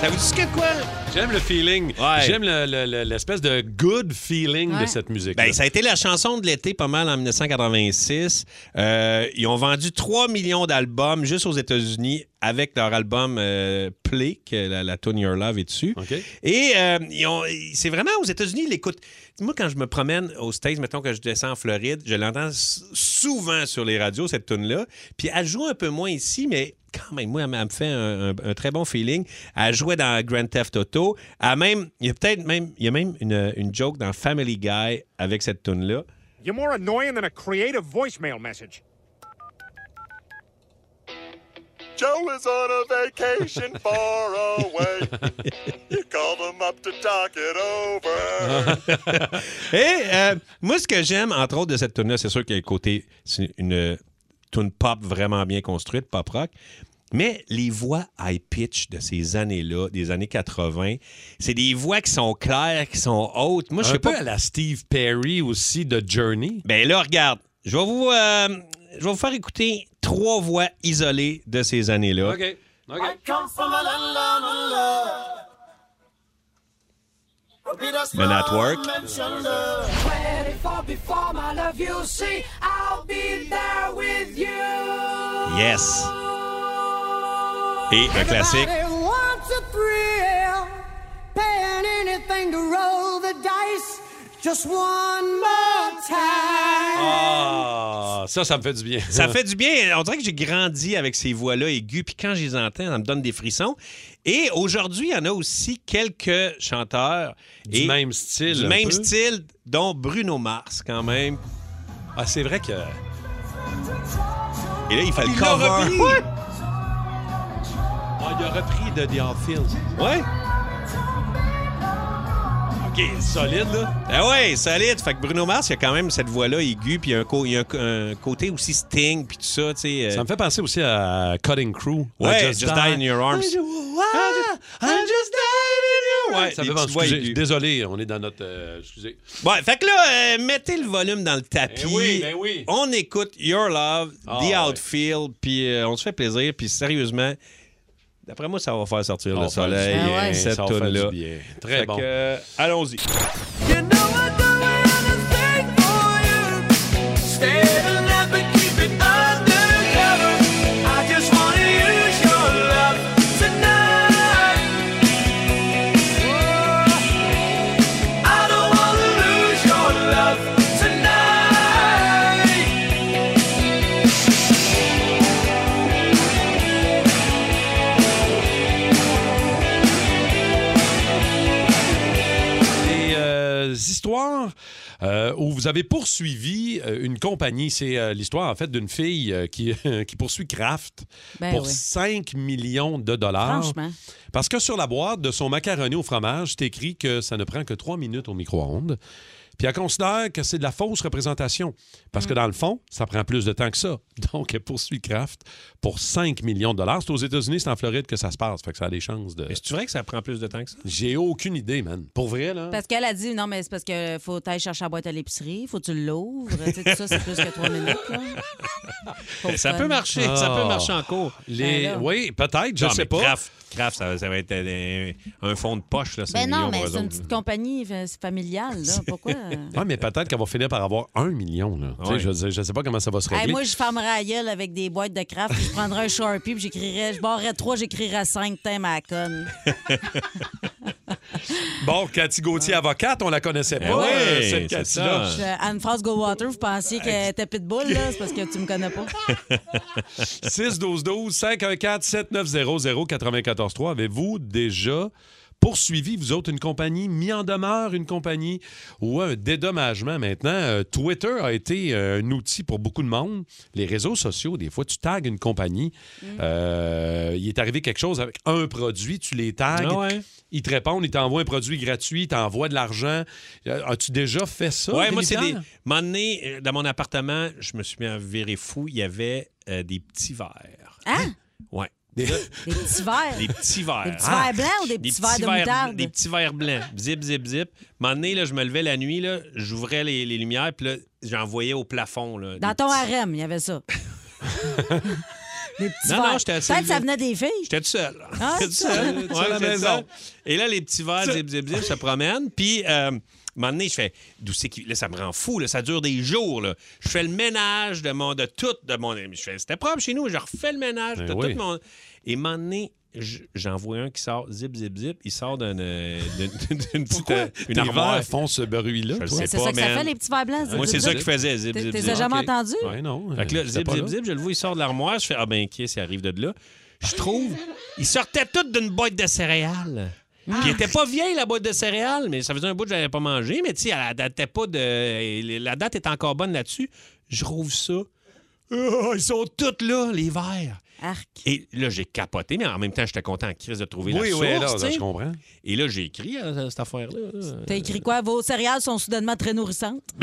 Speaker 2: Ça vous dit ce que quoi?
Speaker 3: J'aime le feeling. J'aime le- le- le- l'espèce de good feeling de cette musique.
Speaker 2: Ben, ça a été la chanson de l'été pas mal en 1986. Euh, ils ont vendu 3 millions d'albums juste aux États-Unis avec leur album euh, Play, que la, la tune Your Love est dessus. Et euh, ils ont- c'est vraiment aux États-Unis, ils l'écoutent. Moi, quand je me promène aux States, mettons que je descends en Floride, je l'entends s- souvent sur les radios, cette tune là Puis elle joue un peu moins ici, mais quand même, moi, elle m- elle me fait un, un- un très bon feeling. Elle jouait dans Grand Theft Auto. Elle même, il y a peut-être même, il y a même une, une joke dans Family Guy avec cette tune là
Speaker 16: You're more annoying than a creative voicemail message.
Speaker 6: Joe is on a vacation far away. You called him up to talk it over.
Speaker 2: [LAUGHS] Et euh, moi, ce que j'aime, entre autres, de cette tune là c'est sûr qu'il y a le côté, c'est une tune pop vraiment bien construite, pop rock. Mais les voix high pitch de ces années-là, des années 80, c'est des voix qui sont claires, qui sont hautes. Moi, je
Speaker 3: Un
Speaker 2: sais
Speaker 3: peu
Speaker 2: pas
Speaker 3: à la Steve Perry aussi de Journey.
Speaker 2: Ben là, regarde, je vais vous, euh, je vais vous faire écouter trois voix isolées de ces années-là.
Speaker 3: OK.
Speaker 6: I come from a land, land, of love. Repeat us
Speaker 2: Men at work.
Speaker 6: mention love. 24 before my love, you see, I'll be there with you.
Speaker 2: Yes. Et un classique.
Speaker 6: Everybody wants a thrill, paying anything to roll the dice. Just one more time.
Speaker 3: Ah, ça, ça me fait du bien. [LAUGHS]
Speaker 2: Ça fait du bien. On dirait que j'ai grandi avec ces voix-là aiguës, puis quand je les entends, ça me donne des frissons. Et aujourd'hui, il y en a aussi quelques chanteurs.
Speaker 3: Du même style,
Speaker 2: Du
Speaker 3: un
Speaker 2: même
Speaker 3: peu.
Speaker 2: style, dont Bruno Mars, quand même.
Speaker 3: Ah, c'est vrai que.
Speaker 2: Et là, il fait
Speaker 3: Ah,
Speaker 2: le
Speaker 3: il l'a repris.
Speaker 2: cover. Ouais.
Speaker 3: Ah, il a repris de The Outfield.
Speaker 2: Ouais.
Speaker 3: OK, solide, là.
Speaker 2: Ah ouais, solide. Fait que Bruno Mars, il y a quand même cette voix-là aiguë, puis il y a un, co- il y a un co- un côté aussi sting, puis tout ça, tu sais. euh,
Speaker 3: Ça me fait penser aussi à Cutting Crew.
Speaker 2: Ouais,
Speaker 3: À
Speaker 2: Just, Die in Your Arms. I'm just dying in your
Speaker 3: Ouais, ça me
Speaker 2: des
Speaker 3: fait penser-
Speaker 2: petites voix
Speaker 3: excusez,
Speaker 2: aiguës.
Speaker 3: Désolé, on est dans notre. euh, excusez.
Speaker 2: Bon, fait que là, euh, mettez le volume dans le tapis.
Speaker 3: Ben oui, ben oui.
Speaker 2: On écoute Your Love,
Speaker 3: Ah,
Speaker 2: The
Speaker 3: ouais.
Speaker 2: Outfield, puis euh, on se fait plaisir. Puis sérieusement, d'après moi, ça va faire sortir
Speaker 3: Ça
Speaker 2: le
Speaker 3: va faire du
Speaker 2: soleil,
Speaker 3: bien, Ah
Speaker 2: euh,
Speaker 3: ça
Speaker 2: cette
Speaker 3: va faire du
Speaker 2: tune-là.
Speaker 3: bien. Très
Speaker 2: Fait
Speaker 3: bon.
Speaker 2: que, euh, Allons-y.
Speaker 6: Standing up and keep it undercover. I just wanna use your love tonight. Oh, I don't wanna lose your love tonight.
Speaker 3: des euh, histoires euh, où vous avez poursuivi euh, une compagnie. C'est euh, l'histoire, en fait, d'une fille euh, qui, [LAUGHS] qui poursuit Kraft
Speaker 5: Ben
Speaker 3: pour
Speaker 5: oui.
Speaker 3: 5 millions de dollars.
Speaker 5: Franchement.
Speaker 3: Parce que sur la boîte de son macaroni au fromage, c'est écrit que ça ne prend que 3 minutes au micro-ondes. Puis elle considère que c'est de la fausse représentation. Parce
Speaker 5: Hmm.
Speaker 3: que dans le fond, ça prend plus de temps que ça. [LAUGHS] Donc, elle poursuit Kraft pour 5 millions de dollars. C'est aux États-Unis, c'est en Floride que ça se passe. Fait que ça a des chances de.
Speaker 2: C'est vrai que ça prend plus de temps que ça?
Speaker 3: J'ai aucune idée, man. Pour vrai, là.
Speaker 5: Parce qu'elle a dit, non, mais c'est parce que faut t'aller chercher la boîte à l'épicerie, faut que tu l'ouvres. Tu sais, tout ça, c'est plus que trois minutes. là. Pauvre
Speaker 2: Ça
Speaker 5: femme.
Speaker 2: peut marcher, ça
Speaker 3: Ah.
Speaker 2: peut marcher en cours.
Speaker 3: Les- Ben là. oui, peut-être, je
Speaker 2: Non,
Speaker 3: sais
Speaker 2: mais
Speaker 3: pas.
Speaker 2: Kraft, Kraft, ça, ça va être euh, un fond de poche, là, c'est
Speaker 5: Ben non,
Speaker 2: million
Speaker 5: mais
Speaker 2: pour eux
Speaker 5: c'est une
Speaker 2: autres,
Speaker 5: petite compagnie fa- familiale. Là. Pourquoi? euh?
Speaker 3: Ouais, mais peut-être qu'elle va finir par avoir un million. Là. Tu sais,
Speaker 2: Ouais.
Speaker 3: Je, veux dire, je sais pas comment ça va se
Speaker 5: Hey,
Speaker 3: régler.
Speaker 5: moi, je fermerais la gueule avec des boîtes de craft, puis je prendrais un Sharpie, puis j'écrirais, je barrerais trois, j'écrirais cinq thèmes à la conne.
Speaker 3: [LAUGHS]
Speaker 2: Ah.
Speaker 3: bon, Cathy Gauthier, avocate, on la connaissait pas,
Speaker 2: Eh ouais,
Speaker 3: euh, cette
Speaker 2: c'est
Speaker 3: Cathy-là.
Speaker 5: Je- Anne-France euh, Goldwater, vous pensiez qu'elle était pitbull, là? C'est parce que tu me connais pas.
Speaker 3: 6 12 12 514 7900 943 Avez-vous déjà poursuivi, vous autres, une compagnie, mis en demeure une compagnie ou un dédommagement maintenant. Euh, Twitter a été euh, un outil pour beaucoup de monde. Les réseaux sociaux, des fois, tu tags une compagnie.
Speaker 2: Mm.
Speaker 3: Euh, il est arrivé quelque chose avec un produit, tu les tags.
Speaker 2: Ah ouais.
Speaker 3: Ils te répondent, ils t'envoient un produit gratuit, ils t'envoient de l'argent. Euh, As-tu déjà fait ça?
Speaker 2: ouais, moi, c'est des.
Speaker 3: Rémi-Pierre?
Speaker 2: un moment donné, euh, dans mon appartement, je me suis mis à virer fou. Il y avait euh, des petits verres.
Speaker 5: Hein?
Speaker 2: Ouais.
Speaker 3: [LAUGHS]
Speaker 5: Des petits verres.
Speaker 2: Des petits verres.
Speaker 5: Des petits verres blancs ou des petits verres de moutarde?
Speaker 2: Des petits verres blancs. Zip, zip, zip. Un moment donné, là, je me levais la nuit, là, j'ouvrais les, les lumières, puis là, j'envoyais au plafond. Là,
Speaker 5: Dans
Speaker 2: des
Speaker 5: ton
Speaker 2: petits-
Speaker 5: harem, il y avait ça. des petits
Speaker 2: Non, non,
Speaker 5: verres.
Speaker 2: j'étais assez
Speaker 5: Peut-être que ça
Speaker 2: élevé.
Speaker 5: venait des filles.
Speaker 2: J'étais tout seul.
Speaker 5: Ah,
Speaker 2: J'étais tout
Speaker 5: c'est ça.
Speaker 2: seul.
Speaker 5: Tout
Speaker 2: Ouais,
Speaker 5: seul à la
Speaker 2: j'étais
Speaker 5: maison.
Speaker 2: seul. Et là, les petits verres, zip, zip, zip, se promènent. Puis, euh, un moment donné, je fais, d'où c'est qui. Là, ça me rend fou. Là, ça dure des jours. Là. Je fais le ménage de, mon, de tout. De mon... Je fais, c'était propre chez nous. Je refais le ménage
Speaker 3: Ben
Speaker 2: de
Speaker 3: oui.
Speaker 2: tout mon. Et un moment donné, je- j'en vois un qui sort zip, zip, zip. Il sort d'une, euh,
Speaker 3: [LAUGHS]
Speaker 2: d'une- d'une petite. euh, une
Speaker 3: Tes
Speaker 2: armoire.
Speaker 3: verres font ce bruit-là.
Speaker 2: Je le
Speaker 3: toi?
Speaker 2: sais
Speaker 5: C'est
Speaker 2: pas,
Speaker 5: ça que ça
Speaker 2: man.
Speaker 5: fait, les petits verres blancs. zip,
Speaker 2: Moi, c'est
Speaker 5: zip,
Speaker 2: ça
Speaker 5: zip.
Speaker 2: qu'ils faisaient, zip,
Speaker 5: T'es-
Speaker 2: zip,
Speaker 5: t'es
Speaker 2: zip.
Speaker 5: jamais
Speaker 2: Ok.
Speaker 5: entendu?
Speaker 3: Ouais, non.
Speaker 2: Fait que là,
Speaker 3: C'était
Speaker 2: zip,
Speaker 3: pas
Speaker 2: zip,
Speaker 3: là.
Speaker 2: zip, je le vois, il sort de l'armoire. Je fais, ah ben, qui ça arrive de là? Je trouve, il sortait tout d'une boîte de céréales.
Speaker 5: Ah.
Speaker 2: Puis elle était pas vieille, la boîte de céréales, mais ça faisait un bout que j'avais pas mangé. Mais tu sais, elle datait pas de. La date est encore bonne là-dessus. Je rouvre ça. Ah, ils sont toutes là, les verres.
Speaker 5: Arc.
Speaker 2: Et là, j'ai capoté, mais en même temps, j'étais content en crise de trouver
Speaker 3: Oui,
Speaker 2: la
Speaker 3: oui, là,
Speaker 2: source.
Speaker 3: là,
Speaker 2: tu sais.
Speaker 3: je comprends.
Speaker 2: Et là, j'ai écrit à cette affaire-là.
Speaker 5: T'as écrit quoi? Vos céréales sont soudainement très nourrissantes.
Speaker 2: [LAUGHS]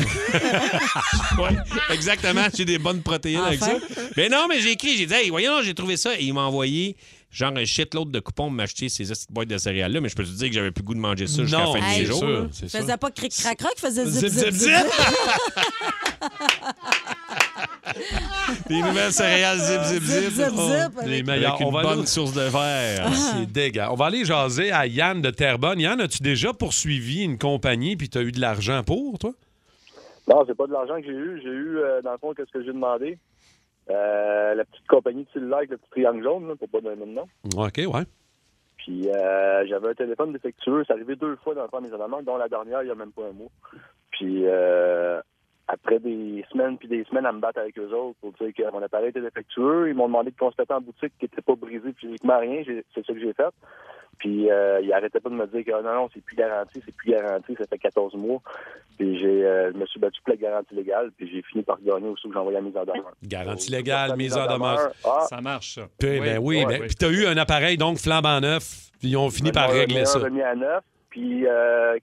Speaker 2: Ouais, exactement. J'ai des bonnes protéines avec ça.
Speaker 5: Enfin.
Speaker 2: Mais non, mais j'ai écrit, j'ai dit, hey, voyons, j'ai trouvé ça. Et il m'a envoyé, genre, un shitload de coupons pour m'acheter ces petites boîtes de céréales-là. Mais je peux te dire que j'avais plus le goût de manger ça jusqu'à la
Speaker 3: Non,
Speaker 2: fin
Speaker 5: Hey,
Speaker 2: des jours. là.
Speaker 5: Faisais pas cric crac croc, faisais zip
Speaker 2: Zip,
Speaker 5: zip
Speaker 2: zip,
Speaker 5: zip. [LAUGHS]
Speaker 2: zip. Des nouvelles céréales, zip, zip, zip.
Speaker 3: Ah,
Speaker 5: Zip, zip, zip,
Speaker 2: Oh,
Speaker 5: avec-
Speaker 2: les meilleurs.
Speaker 3: Avec une
Speaker 2: On va
Speaker 3: bonne
Speaker 2: aller- source de verre.
Speaker 3: Ah, C'est dégueu. On va aller jaser à Yann de Terrebonne. Yann, as-tu déjà poursuivi une compagnie puis t'as eu de l'argent pour, toi?
Speaker 11: Non, c'est pas de l'argent que j'ai eu. J'ai eu, euh, dans le fond, qu'est-ce que j'ai demandé? Euh, la petite compagnie de cellulaire avec le petit triangle jaune, là, pour pas donner de nom.
Speaker 3: OK, ouais.
Speaker 11: Puis euh, j'avais un téléphone défectueux. C'est arrivé deux fois dans le temps des événements, dont la dernière, il n'y a même pas un mois. Puis euh, après des semaines puis des semaines à me battre avec eux autres pour dire que mon appareil était défectueux, ils m'ont demandé de constater en boutique qu'il n'était pas brisé physiquement, rien. J'ai- C'est ça que j'ai fait. Puis euh, ils arrêtaient pas de me dire que Ah non, non, c'est plus garanti, c'est plus garanti, ça fait 14 mois. Puis j'ai, euh, je me suis battu pour la garantie légale, puis j'ai fini par gagner aussi que j'ai envoyé la mise en demeure.
Speaker 3: Garantie légale, mise en
Speaker 11: en
Speaker 3: demeure.
Speaker 11: demeure. Ah.
Speaker 4: Ça marche, ça.
Speaker 3: Puis, ben oui,
Speaker 11: Ouais,
Speaker 3: ben,
Speaker 11: oui.
Speaker 3: puis t'as eu un appareil, donc flambant neuf, puis ils ont fini par
Speaker 11: Ils m'ont
Speaker 3: régler
Speaker 11: remis un,
Speaker 3: ça.
Speaker 11: remis à neuf, puis euh,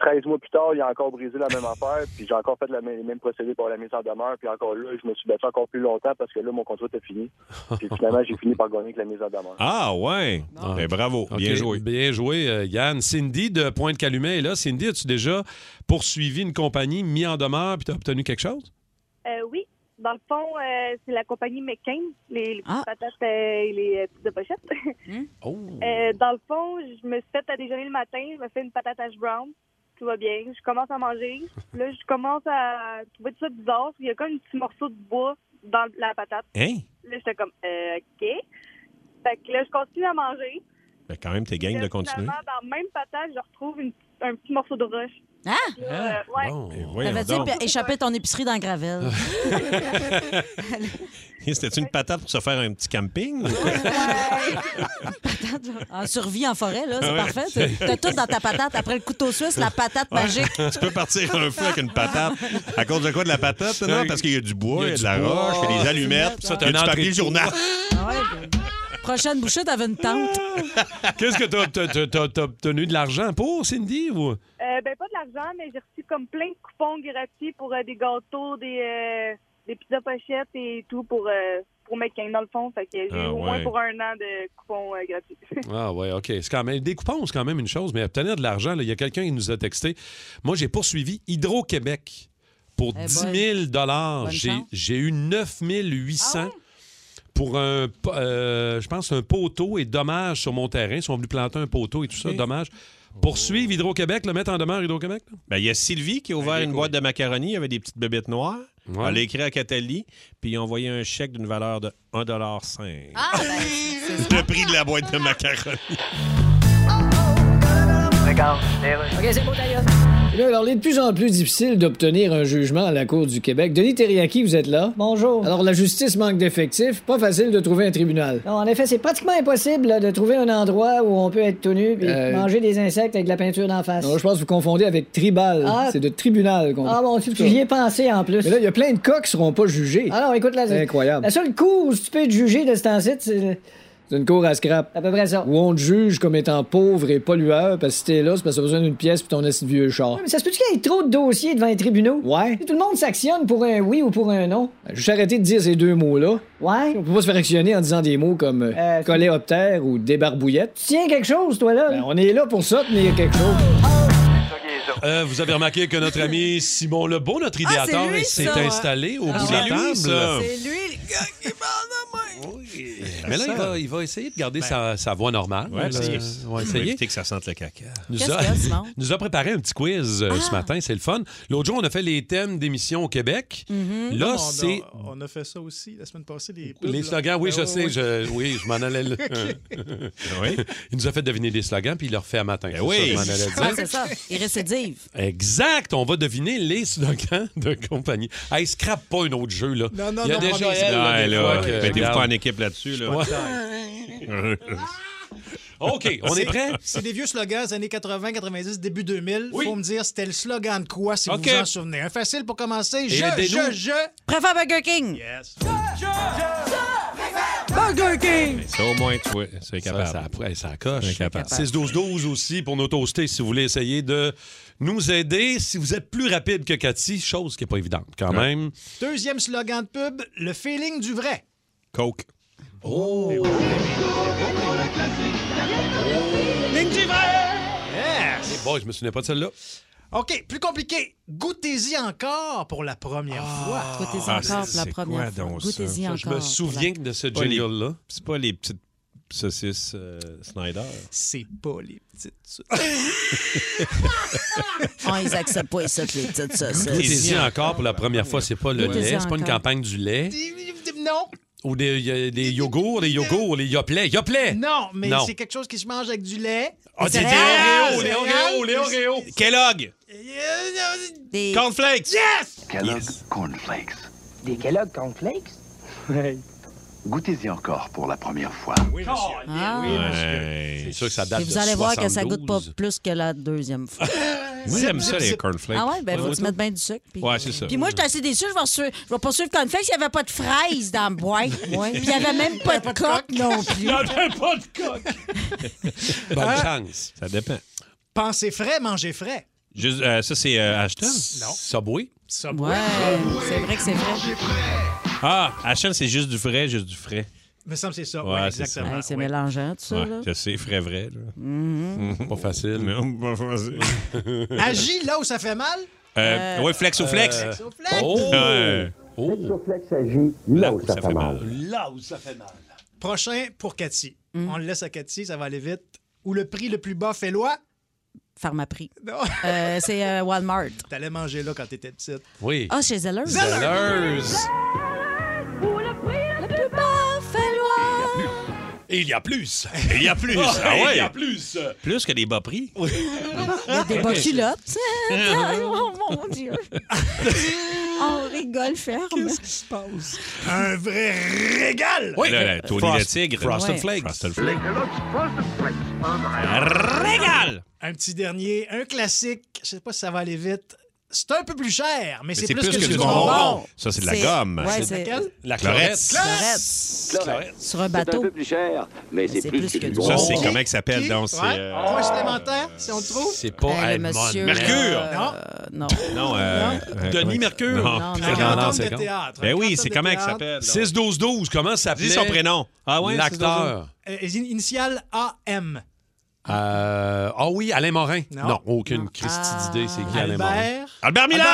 Speaker 11: 13 mois plus tard, il a encore brisé
Speaker 3: [LAUGHS]
Speaker 11: la même affaire, puis j'ai encore fait la même- les mêmes procédés pour la mise en demeure, puis encore là, je me suis battu encore plus longtemps parce que là, mon contrat était fini. Puis finalement, j'ai fini par gagner avec la mise en demeure.
Speaker 2: Ah, ouais. Ben, bravo. Bien
Speaker 3: OK,
Speaker 2: joué.
Speaker 3: Bien joué, euh, Yann. Cindy de Pointe-Calumet est là. Cindy, as-tu déjà poursuivi une compagnie, mis en demeure, puis t'as obtenu quelque chose?
Speaker 17: Euh, oui. Dans le fond, euh, c'est la compagnie McCain, les, les
Speaker 5: Ah. Hmm.
Speaker 17: petites patates euh, et les euh, pizzas pochettes. [LAUGHS]
Speaker 2: Oh.
Speaker 17: Euh, dans le fond, je me suis faite à déjeuner le matin, je me fais une patate hash brown, tout va bien. Je commence à manger. Là, je commence à trouver tout ça bizarre. Il y a comme un petit morceau de bois dans la patate.
Speaker 2: Hein?
Speaker 17: Là, j'étais comme, euh, OK. Fait que là, je continue à manger.
Speaker 2: Ben, quand même, t'es gang de
Speaker 17: Là,
Speaker 2: continuer.
Speaker 17: [LAUGHS] Finalement, dans la même patate, je retrouve une- un petit morceau de roche.
Speaker 5: Hein?
Speaker 17: Euh, ouais.
Speaker 2: Ben, voyons
Speaker 5: T'avais
Speaker 2: donc.
Speaker 5: dit échapper ton épicerie dans
Speaker 2: [LAUGHS]
Speaker 5: Gravel.
Speaker 2: C'était une patate pour se faire un petit camping? ou quoi?
Speaker 5: en survie en forêt, là, c'est
Speaker 2: Ouais.
Speaker 5: parfait. T'as tout dans ta patate. Après le couteau suisse, la patate
Speaker 2: Ouais.
Speaker 5: magique.
Speaker 2: Tu peux partir un feu avec une patate. À cause de quoi de la patate? Non? Parce qu'il y a du bois, il y a de la
Speaker 3: bois,
Speaker 2: roche, il y a des allumettes,
Speaker 3: ça,
Speaker 2: il y
Speaker 3: t'as
Speaker 2: a du
Speaker 3: un
Speaker 2: papier
Speaker 3: entrée-
Speaker 2: journal.
Speaker 5: Ah ben, Prochaine bouchée, t'avais une tente.
Speaker 3: Qu'est-ce que t'as- t'as- t'as t'as- t'as obtenu de l'argent pour, Cindy? Ou...
Speaker 17: Euh, ben, pas de l'argent, mais j'ai reçu comme plein de coupons gratuits pour euh, des gâteaux, des, euh, des pizzas pochettes et tout pour, euh, pour McCain, dans le fond. Fait que j'ai
Speaker 3: Ah,
Speaker 17: eu au moins
Speaker 3: ouais.
Speaker 17: pour un an de coupons euh, gratuits.
Speaker 3: Ah ouais, OK. C'est quand même des coupons, c'est quand même une chose, mais obtenir de l'argent, là, il y a quelqu'un qui nous a texté. Moi, j'ai poursuivi Hydro-Québec pour
Speaker 2: Eh
Speaker 3: 10 000 dollars.
Speaker 2: Bonne
Speaker 3: J'ai
Speaker 2: chance. Ah
Speaker 3: j'ai eu 9 800 pour un, po- euh, je pense, un poteau et dommage sur mon terrain. Ils sont venus planter un poteau et tout ça, dommage. Poursuivre Hydro-Québec, le mettre en demeure Hydro-Québec. là?
Speaker 2: Ben, il y a Sylvie qui a ouvert une boîte de macaroni. Il y avait des petites bébêtes noires.
Speaker 3: Ouais.
Speaker 2: Elle a écrit à Catalie, puis ils ont envoyé un chèque d'une valeur de 1,5
Speaker 5: Ah, ben,
Speaker 2: Le prix de la boîte de macaroni.
Speaker 10: OK, c'est beau, d'ailleurs.
Speaker 7: Et là, alors, il est de plus en plus difficile d'obtenir un jugement à la Cour du Québec. Denis Terriaki, vous êtes là? Bonjour. Alors, la justice manque d'effectifs. Pas facile de trouver un tribunal.
Speaker 8: Non, en effet, c'est pratiquement impossible là, de trouver un endroit où on peut être tout nu et
Speaker 7: Euh,
Speaker 8: manger des insectes avec de la peinture d'en face.
Speaker 7: Non, je pense que vous confondez avec tribal.
Speaker 8: Ah.
Speaker 7: C'est de tribunal qu'on
Speaker 8: Ah bon, tu j'y ai pensé en plus.
Speaker 7: Mais là, il y a plein de cas qui seront pas jugés.
Speaker 8: Ah non, écoute, là,
Speaker 7: C'est incroyable.
Speaker 8: La seule cause où tu peux être jugé de ce temps-ci, c'est
Speaker 7: C'est une cour à scrap.
Speaker 8: à peu près ça.
Speaker 7: Où on te juge comme étant pauvre et pollueur parce que si t'es là, c'est parce que t'as besoin d'une pièce puis ton est vieux char.
Speaker 8: Ouais, mais ça se peut-tu qu'il y ait trop de dossiers devant les tribunaux? Ouais. Tout le monde s'actionne pour un oui ou pour un non.
Speaker 7: Ben, Juste arrêter de dire ces deux mots-là.
Speaker 8: Ouais.
Speaker 7: On peut pas se faire actionner en disant des mots comme euh,
Speaker 8: Euh,
Speaker 7: coléoptère ou débarbouillette.
Speaker 8: Tu tiens quelque chose, toi, là?
Speaker 7: Ben, on est là pour ça, tenir quelque chose.
Speaker 3: Euh, vous avez remarqué que notre ami Simon Lebeau, notre
Speaker 6: Ah, c'est
Speaker 3: idéateur,
Speaker 6: lui,
Speaker 3: s'est
Speaker 6: ça, ouais.
Speaker 3: installé au
Speaker 6: Ah,
Speaker 3: bout de
Speaker 6: c'est
Speaker 3: la
Speaker 6: lui,
Speaker 3: table.
Speaker 6: ça. C'est lui, le gars qui parle de
Speaker 3: Eh, Mais là, il va, il va essayer de garder sa, sa voix normale.
Speaker 2: Ouais,
Speaker 3: Là,
Speaker 2: essayer.
Speaker 3: on va
Speaker 2: Faut
Speaker 3: essayer.
Speaker 2: éviter que ça sente le caca.
Speaker 3: Nous
Speaker 2: Qu'est-ce
Speaker 3: a,
Speaker 2: qu'il y a, Simon?
Speaker 3: [LAUGHS]
Speaker 2: Ah.
Speaker 3: nous a préparé un petit quiz euh, ce matin, c'est le fun. L'autre jour, on a fait les thèmes d'émissions au Québec.
Speaker 5: Mm-hmm.
Speaker 2: Mhm.
Speaker 3: Là,
Speaker 12: Oh, Non, on a-
Speaker 3: c'est
Speaker 12: On a fait ça aussi la semaine passée. Les,
Speaker 3: Les slogans, oui,
Speaker 12: Ah,
Speaker 3: je
Speaker 12: ouais,
Speaker 3: sais,
Speaker 12: ouais.
Speaker 3: je, oui,
Speaker 12: [LAUGHS]
Speaker 3: je m'en allais. le- [LAUGHS]
Speaker 12: Ok.
Speaker 3: Oui. Il nous a fait deviner des slogans, puis il le refait à matin. C'est ça que je m'en allais dire.
Speaker 5: Ouais, c'est ça. Il récidive.
Speaker 3: Exact, on va deviner les slogans de compagnie. Hey, scrape pas un autre jeu, là.
Speaker 5: Non, non,
Speaker 3: Il y a
Speaker 5: non,
Speaker 3: déjà
Speaker 5: on
Speaker 3: Israël,
Speaker 5: a-
Speaker 3: là,
Speaker 2: Ouais,
Speaker 3: des
Speaker 2: là,
Speaker 3: fois, que-
Speaker 2: mettez-vous
Speaker 3: regarde.
Speaker 2: pas en équipe là-dessus, là.
Speaker 3: Ouais. [LAUGHS] OK, on est prêt?
Speaker 12: C'est des vieux slogans des années 80, 90, début 2000. Faut me dire, c'était le slogan de quoi, si
Speaker 3: OK.
Speaker 12: vous vous en souvenez. Un facile pour commencer. je,
Speaker 3: aidez-nous.
Speaker 12: je, je.
Speaker 5: Préfère Burger King.
Speaker 12: Yes.
Speaker 5: Burger King.
Speaker 3: Ça, [LAUGHS] au moins, tu vois, c'est capable. Ça, ouais, ça coche. 6-12-12 aussi pour nos toastés, si vous voulez essayer de nous aider. Si vous êtes plus rapide que Cathy, chose qui n'est pas évidente quand même.
Speaker 12: Deuxième slogan de pub, le feeling du vrai.
Speaker 3: Coke.
Speaker 12: Oh! Feeling du vrai! Yes!
Speaker 3: Bon, je me souvenais pas de celle-là.
Speaker 12: OK, plus compliqué. Goûtez-y encore pour la première fois.
Speaker 5: Goûtez-y Ah, encore c'est- pour la c'est première quoi fois. donc ça? Goûtez-y
Speaker 3: Ça, Je me
Speaker 5: encore
Speaker 3: souviens de ce
Speaker 2: Pas les-
Speaker 3: jingle-là.
Speaker 2: C'est pas les petites saucisses euh, Snyder.
Speaker 12: C'est pas les petites
Speaker 5: On
Speaker 2: [LAUGHS]
Speaker 5: les accepte Ah, pas, ça, les petites saucisses.
Speaker 3: Goûtez-y encore pour la première fois, c'est pas le
Speaker 5: Goûtez-y
Speaker 3: lait, c'est pas une
Speaker 5: encore.
Speaker 3: campagne du lait.
Speaker 12: Non,
Speaker 3: Ou des, y a- des yogourts, des yogourts, les yoplets, yoplets!
Speaker 12: non, mais
Speaker 3: Non.
Speaker 12: c'est quelque chose qui se mange avec du lait.
Speaker 3: Ah,
Speaker 12: Des
Speaker 3: c'est des
Speaker 12: céréales,
Speaker 3: Oreos, les
Speaker 12: céréales.
Speaker 3: Oreos, les Oreos!
Speaker 2: Kellogg!
Speaker 5: Des...
Speaker 2: Cornflakes!
Speaker 12: Yes!
Speaker 18: Kellogg Cornflakes. Des Kellogg Cornflakes? Goûtez-y encore pour la première fois.
Speaker 12: Oui, monsieur.
Speaker 5: Ah.
Speaker 3: Oui, monsieur. C'est sûr que ça date
Speaker 5: Et vous
Speaker 3: de
Speaker 5: allez voir que ça
Speaker 3: 72.
Speaker 5: goûte pas plus que la deuxième fois.
Speaker 2: Moi, j'aime ça, les cornflakes.
Speaker 5: Ah ouais, ben faut
Speaker 2: Ouais,
Speaker 5: que tu mettes bien du sucre. puis-
Speaker 2: Ouais, c'est ça.
Speaker 5: Puis moi, j'étais assez déçue. Je vais, reçu- je vais pas suivre Confex. Il n'y avait pas de fraises dans le boîte. Ouais. Puis il n'y avait même pas de coque non plus.
Speaker 6: Il y avait
Speaker 12: pas de
Speaker 5: [LAUGHS]
Speaker 12: coque.
Speaker 3: Bonne
Speaker 12: Ah.
Speaker 3: chance.
Speaker 2: Ça dépend.
Speaker 12: Pensez frais, mangez frais.
Speaker 2: Juste, euh, ça, c'est euh, Ashton?
Speaker 12: Non.
Speaker 3: Subway?
Speaker 12: Subway.
Speaker 5: c'est vrai que c'est vrai.
Speaker 2: Ah, Ashton, c'est juste du frais, juste du frais.
Speaker 12: Me semble que c'est ça.
Speaker 2: Ouais,
Speaker 12: Ouais,
Speaker 2: c'est
Speaker 12: exactement.
Speaker 5: Hey, c'est
Speaker 12: Ouais.
Speaker 5: mélangeant, tout ça.
Speaker 2: Ouais,
Speaker 5: là.
Speaker 2: je sais, frais, vrai. là.
Speaker 5: Mhm.
Speaker 2: Mm-hmm.
Speaker 3: Pas facile.
Speaker 2: Non, pas facile.
Speaker 12: Agis là où ça fait mal.
Speaker 2: Euh, ouais, flex ou flex.
Speaker 12: Flex ou flex.
Speaker 2: Oh! Ouais.
Speaker 18: Flex agit là où ça fait mal.
Speaker 12: Là où ça fait mal. Prochain pour Cathy.
Speaker 5: Mm.
Speaker 12: On le laisse à Cathy, ça va aller vite. Où le prix le plus bas fait loi.
Speaker 5: Pharmaprix.
Speaker 12: Non.
Speaker 5: Euh, c'est euh, Walmart.
Speaker 12: T'allais manger là quand t'étais petite.
Speaker 3: Oui.
Speaker 5: Ah, chez Zellers.
Speaker 3: Zellers.
Speaker 5: Le plus bas fait loi.
Speaker 3: Et il y a plus.
Speaker 2: Il y a plus.
Speaker 3: Ah,
Speaker 2: ah ouais.
Speaker 3: Il y a plus.
Speaker 2: Plus que des bas prix.
Speaker 6: Ah.
Speaker 5: Il y a des bas culottes.
Speaker 6: [LAUGHS]
Speaker 5: oh mon Dieu. On rigole ferme. Qu'est-ce qui
Speaker 12: se passe? Un vrai régal.
Speaker 2: Oui, Là, là, Tony le tigre.
Speaker 3: Frosted
Speaker 2: Ouais.
Speaker 3: Flakes.
Speaker 2: Frosted Flakes.
Speaker 12: Régal. Un petit dernier, un classique. Je sais pas si ça va aller vite. C'est un peu plus cher, mais
Speaker 2: Mais
Speaker 12: c'est plus, que, du bonbon.
Speaker 2: Ça, c'est de la gomme.
Speaker 12: Ouais, c'est laquelle?
Speaker 2: La
Speaker 12: Clarette.
Speaker 2: chlorette.
Speaker 5: Sur un bateau. C'est un peu
Speaker 18: plus cher, mais c'est plus, que, du
Speaker 2: Ça, c'est
Speaker 18: bonbon.
Speaker 2: comment que ça s'appelle? donc? C'est.
Speaker 12: Ouais.
Speaker 2: euh,
Speaker 12: Point supplémentaire, si on le trouve.
Speaker 3: C'est pas
Speaker 5: Hey, Eh, le
Speaker 3: Edmond.
Speaker 5: monsieur,
Speaker 2: Mercure.
Speaker 5: non.
Speaker 2: Non, euh, euh,
Speaker 3: Denis
Speaker 2: comment-
Speaker 3: Mercure.
Speaker 2: Non,
Speaker 3: Non,
Speaker 2: non,
Speaker 3: non,
Speaker 2: non,
Speaker 3: non,
Speaker 2: non,
Speaker 3: c'est
Speaker 2: c'est
Speaker 3: con.
Speaker 12: théâtre,
Speaker 2: Ben oui,
Speaker 12: canton
Speaker 2: c'est
Speaker 12: de
Speaker 2: comment que
Speaker 12: théâtre.
Speaker 2: ça s'appelle?
Speaker 3: 6-12-12, comment ça s'appelait?
Speaker 2: Dis son prénom. Ah ouais,
Speaker 3: L'acteur.
Speaker 12: Euh, initiale AM.
Speaker 3: Euh, Ah oui, Alain Morin.
Speaker 12: Non.
Speaker 3: Non, aucune Christie d'idée, c'est qui Alain Morin?
Speaker 12: Albert.
Speaker 2: Ah. Albert Miller!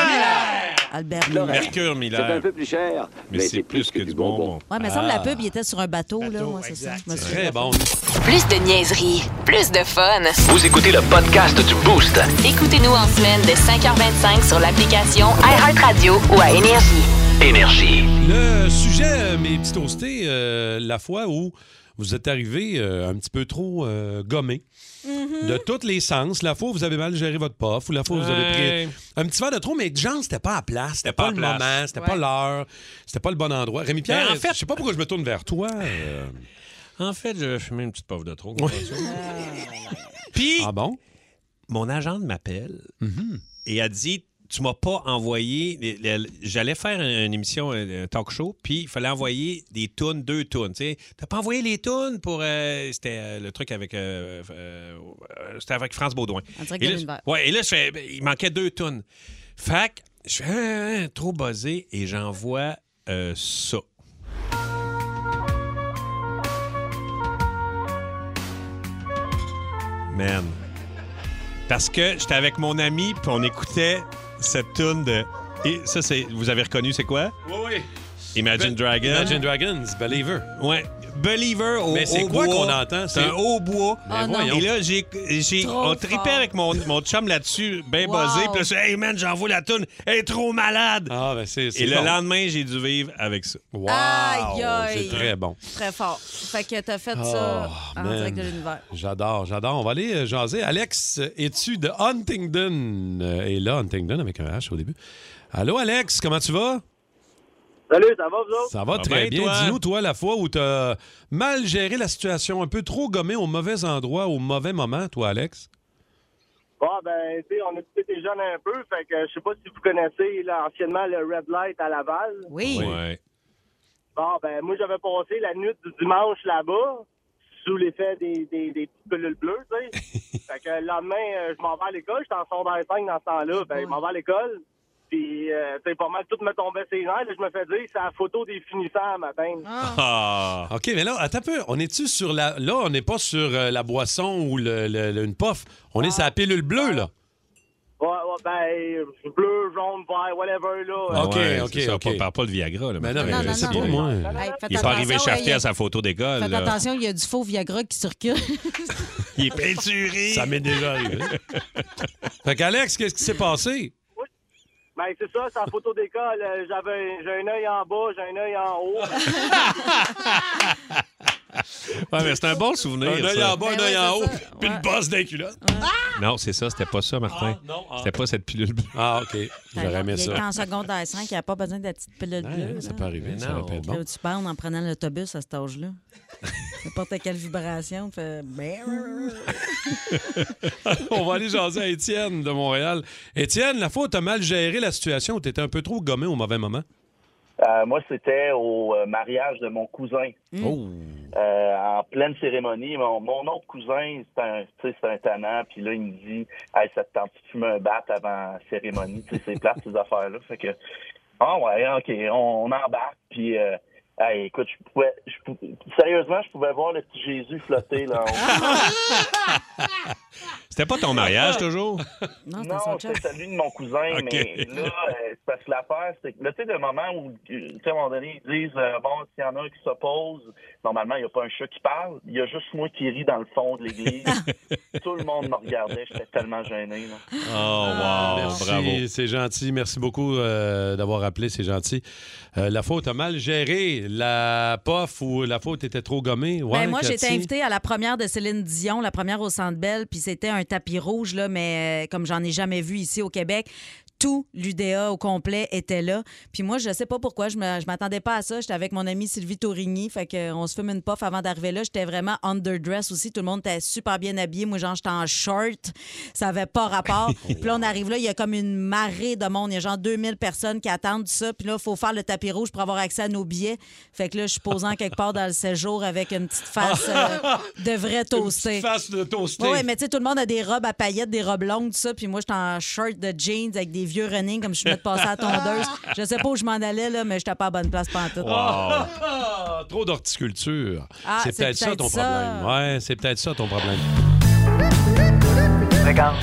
Speaker 5: Albert
Speaker 3: Miller.
Speaker 2: Mercure Miller.
Speaker 3: C'est un peu
Speaker 18: plus cher,
Speaker 2: mais, c'est plus que, du bonbon.
Speaker 5: Ouais, mais semble la pub, il était sur un bateau, là. Ouais, c'est ça. Je me souviens.
Speaker 3: Ah, Très bon.
Speaker 1: Plus de niaiserie, plus de fun.
Speaker 19: Vous écoutez le podcast du Boost.
Speaker 1: Écoutez-nous en semaine de 5h25 sur l'application iHeartRadio ou à Énergie.
Speaker 19: Énergie.
Speaker 3: Le sujet, euh, mes petits toastés, euh, la fois où vous êtes arrivé euh, un petit peu trop euh, gommé
Speaker 2: Mm-hmm.
Speaker 3: de tous les sens. La fois, où vous avez mal géré votre pof, ou la fois, où vous avez
Speaker 2: Ouais.
Speaker 3: pris un petit verre de trop, mais genre, c'était pas à place, c'était pas,
Speaker 2: pas
Speaker 3: le
Speaker 2: à place.
Speaker 3: moment, c'était
Speaker 2: Ouais.
Speaker 3: pas l'heure, c'était pas le bon endroit. Rémi Pierre,
Speaker 2: Ben, en fait-
Speaker 3: je sais pas pourquoi je me tourne vers toi. euh.
Speaker 2: En fait, je fumais une petite pof de trop.
Speaker 3: Ouais.
Speaker 2: [LAUGHS] Puis.
Speaker 3: Ah bon?
Speaker 2: Mon agent m'appelle Mm.
Speaker 5: Mm-hmm.
Speaker 2: et a dit Tu m'as pas envoyé. le- le- J'allais faire une émission, un un talk show, puis il fallait envoyer des tunes, deux tunes. Tu sais. T'as pas envoyé les tunes pour. euh, C'était euh, le truc avec. euh, euh, euh, C'était avec France Baudouin.
Speaker 5: En direct
Speaker 2: Et
Speaker 5: de
Speaker 2: là,
Speaker 5: l'univers.
Speaker 2: Ouais, et là, je fais, ben, il manquait deux tonnes. Fait que je fais hein, hein, trop buzzé et j'envoie euh, ça. Man. Parce que j'étais avec mon ami, puis on écoutait cette tune de. Et ça, c'est. Vous avez reconnu, c'est quoi?
Speaker 3: Oui, oui.
Speaker 2: Imagine Dragons.
Speaker 3: Imagine Dragons, Believer.
Speaker 2: Ouais. Believer au
Speaker 3: Mais c'est quoi
Speaker 2: hautbois.
Speaker 3: qu'on entend?
Speaker 2: C'est Ben un hautbois.
Speaker 3: Mais
Speaker 5: Ah,
Speaker 3: Oh non. voyons.
Speaker 2: Et là, j'ai, j'ai,
Speaker 3: Trop
Speaker 2: on tripait
Speaker 3: fort.
Speaker 2: avec mon, mon chum là-dessus, bien
Speaker 3: Wow.
Speaker 2: buzzé. Puis là, c'est, hey man, j'envoie la toune. Elle est trop malade.
Speaker 3: Ah, ben c'est, c'est
Speaker 2: Et le
Speaker 3: bon.
Speaker 2: lendemain, j'ai dû vivre avec ça.
Speaker 3: Wow.
Speaker 5: Aïe, aïe.
Speaker 3: C'est très bon.
Speaker 5: Très fort. Fait que t'as fait
Speaker 3: Oh,
Speaker 5: ça en
Speaker 3: man.
Speaker 5: direct de l'univers.
Speaker 3: J'adore, j'adore. On va aller euh, jaser. Alex, euh, es-tu de Huntingdon? Euh, Et là, Huntingdon avec un H au début. Allô, Alex, comment tu vas?
Speaker 10: Salut, ça va, vous autres?
Speaker 3: Ça va très bien. Dis-nous, toi, la fois où tu as mal géré la situation, un peu trop gommé au mauvais endroit, au mauvais moment, toi, Alex.
Speaker 10: Bon, ben, tu sais, on a tous été jeunes un peu, fait que je sais pas si vous connaissez, là, anciennement, le Red Light à Laval.
Speaker 2: Ouais.
Speaker 10: Bon, ben, moi, j'avais passé la nuit du dimanche là-bas, sous l'effet des, des, des petites pilules bleues, tu sais. fait que le lendemain, euh, je m'en vais à l'école, j'étais en secondaire 5 dans ce temps-là, ben, je m'en vais à l'école, puis, euh, tu sais, pas mal, tout me tombait ses nerfs, là, je me fais dire, c'est la photo des finissants, ma peine.
Speaker 3: Ah. OK, mais là, attends un peu. On est-tu sur la. Là, on n'est pas sur euh, la boisson ou le- le- le- une pof. On
Speaker 5: Ah.
Speaker 3: est sur la pilule bleue, là.
Speaker 10: Ouais, ouais, ben, bleu, jaune, vert, whatever, là.
Speaker 3: Ah, OK,
Speaker 2: Ouais,
Speaker 3: OK,
Speaker 2: c'est ça,
Speaker 3: OK.
Speaker 2: On parle pas de Viagra. Là,
Speaker 3: Mais non,
Speaker 2: maintenant,
Speaker 3: mais
Speaker 2: là,
Speaker 3: c'est
Speaker 2: c'est
Speaker 3: pas
Speaker 2: bien.
Speaker 3: moi.
Speaker 5: Hey, faites
Speaker 2: Il est pas
Speaker 5: attention,
Speaker 2: arrivé
Speaker 5: ouais, il y
Speaker 2: shafté
Speaker 5: a-
Speaker 2: à sa photo d'école.
Speaker 5: Faites
Speaker 2: là.
Speaker 5: attention, il y a du faux Viagra qui circule.
Speaker 2: Il est peinturé.
Speaker 3: Ça m'est déjà [LAUGHS] arrivé. fait qu'Alex, qu'est-ce qui s'est passé?
Speaker 10: Ben, c'est ça, c'est en photo d'école. euh, J'avais, j'ai un œil en bas, j'ai un œil en haut.
Speaker 3: [LAUGHS]
Speaker 2: Ouais, mais c'est un bon souvenir.
Speaker 3: Un œil
Speaker 2: ça.
Speaker 3: en bas,
Speaker 5: Ben
Speaker 3: un œil en haut, puis une bosse d'un culotte.
Speaker 2: Non, c'est ça, c'était pas ça, Martin.
Speaker 3: non, ah.
Speaker 2: C'était pas cette pilule bleue.
Speaker 3: Ah, OK. [LAUGHS] J'aurais aimé
Speaker 5: Il est
Speaker 3: ça.
Speaker 5: en secondaire 5, il n'y a pas besoin de la petite pilule bleue.
Speaker 3: Ça
Speaker 5: là.
Speaker 3: peut arriver,
Speaker 2: Mais
Speaker 3: ça aurait
Speaker 2: non.
Speaker 3: pu être
Speaker 5: Là
Speaker 3: bon.
Speaker 5: où tu parles en prenant l'autobus à cet
Speaker 3: [LAUGHS]
Speaker 5: âge-là. N'importe quelle vibration, tu fais...
Speaker 3: [LAUGHS] On va aller jaser à Étienne de Montréal. Étienne, la fois où t'as mal géré la situation, où t'étais un peu trop gommé au mauvais moment.
Speaker 20: Euh, moi, c'était au euh, mariage de mon cousin.
Speaker 5: Mm.
Speaker 3: Oh.
Speaker 20: Euh, en pleine cérémonie, mon, mon autre cousin, c'est un, tu sais, c'est un tannant, puis là, il me dit Hey, ça te tente de fumer un bat avant la cérémonie, Tu sais, c'est plate, ces affaires-là. Fait que, ah ouais, OK, on, on embarque, puis. euh, hey, écoute, je pouvais, je pou- sérieusement, je pouvais voir le petit Jésus flotter là. en haut.
Speaker 2: C'était pas ton [LAUGHS] mariage, toujours?
Speaker 5: Non,
Speaker 20: c'est celui de mon cousin,
Speaker 2: Ok.
Speaker 20: mais là, euh, c'est parce que l'affaire, c'est que, là, tu sais, le moment où, euh, tu sais, à un moment donné, ils disent, euh, bon, s'il y en a un qui s'oppose, normalement, il n'y a pas un chat qui parle, il y a juste moi qui ris dans le fond de l'église. Tout le monde me regardait, j'étais tellement gêné, là.
Speaker 3: Oh,
Speaker 5: Ah.
Speaker 3: wow. Merci,
Speaker 20: bravo.
Speaker 3: c'est gentil. Merci beaucoup euh, d'avoir appelé, c'est gentil. Euh, la fois où t'as mal géré la pof ou la fois où t'étais trop gommé. Ouais,
Speaker 5: Ben, moi, j'ai été
Speaker 3: Cathy?
Speaker 5: invitée à la première de Céline Dion, la première au Centre Bell, puis c'était un tapis rouge, là, mais euh, comme j'en ai jamais vu ici au Québec. Tout l'UDA au complet était là. Puis moi, je sais pas pourquoi, je me- je m'attendais pas à ça. J'étais avec mon amie Sylvie Tourigny, fait que, euh, on se fume une puff avant d'arriver là. J'étais vraiment underdress aussi. Tout le monde était super bien habillé. Moi, genre, j'étais en short. Ça avait pas rapport. puis là, on arrive là, il y a comme une marée de monde. Il y a genre 2000 personnes qui attendent ça. Puis là, il faut faire le tapis rouge pour avoir accès à nos billets. Fait que là, je suis posant quelque part dans le séjour avec une petite
Speaker 6: [LAUGHS]
Speaker 5: face
Speaker 3: [LAUGHS]
Speaker 5: euh, de vrai toasté.
Speaker 3: Face de toasté.
Speaker 5: Oui, mais tu sais, tout le monde a des robes à paillettes, des robes longues, tout ça. Puis moi, j'étais en shirt de jeans avec des vieux running comme je venais de passer à la
Speaker 2: [LAUGHS]
Speaker 5: tondeuse. Je sais pas où je m'en allais, là, mais j'étais pas à bonne place pantoute.
Speaker 3: Wow. [LAUGHS] Trop d'horticulture.
Speaker 5: Ah,
Speaker 3: c'est peut-être ça ton
Speaker 5: ça.
Speaker 3: problème. Ouais, c'est peut-être ça ton problème.
Speaker 6: Regarde,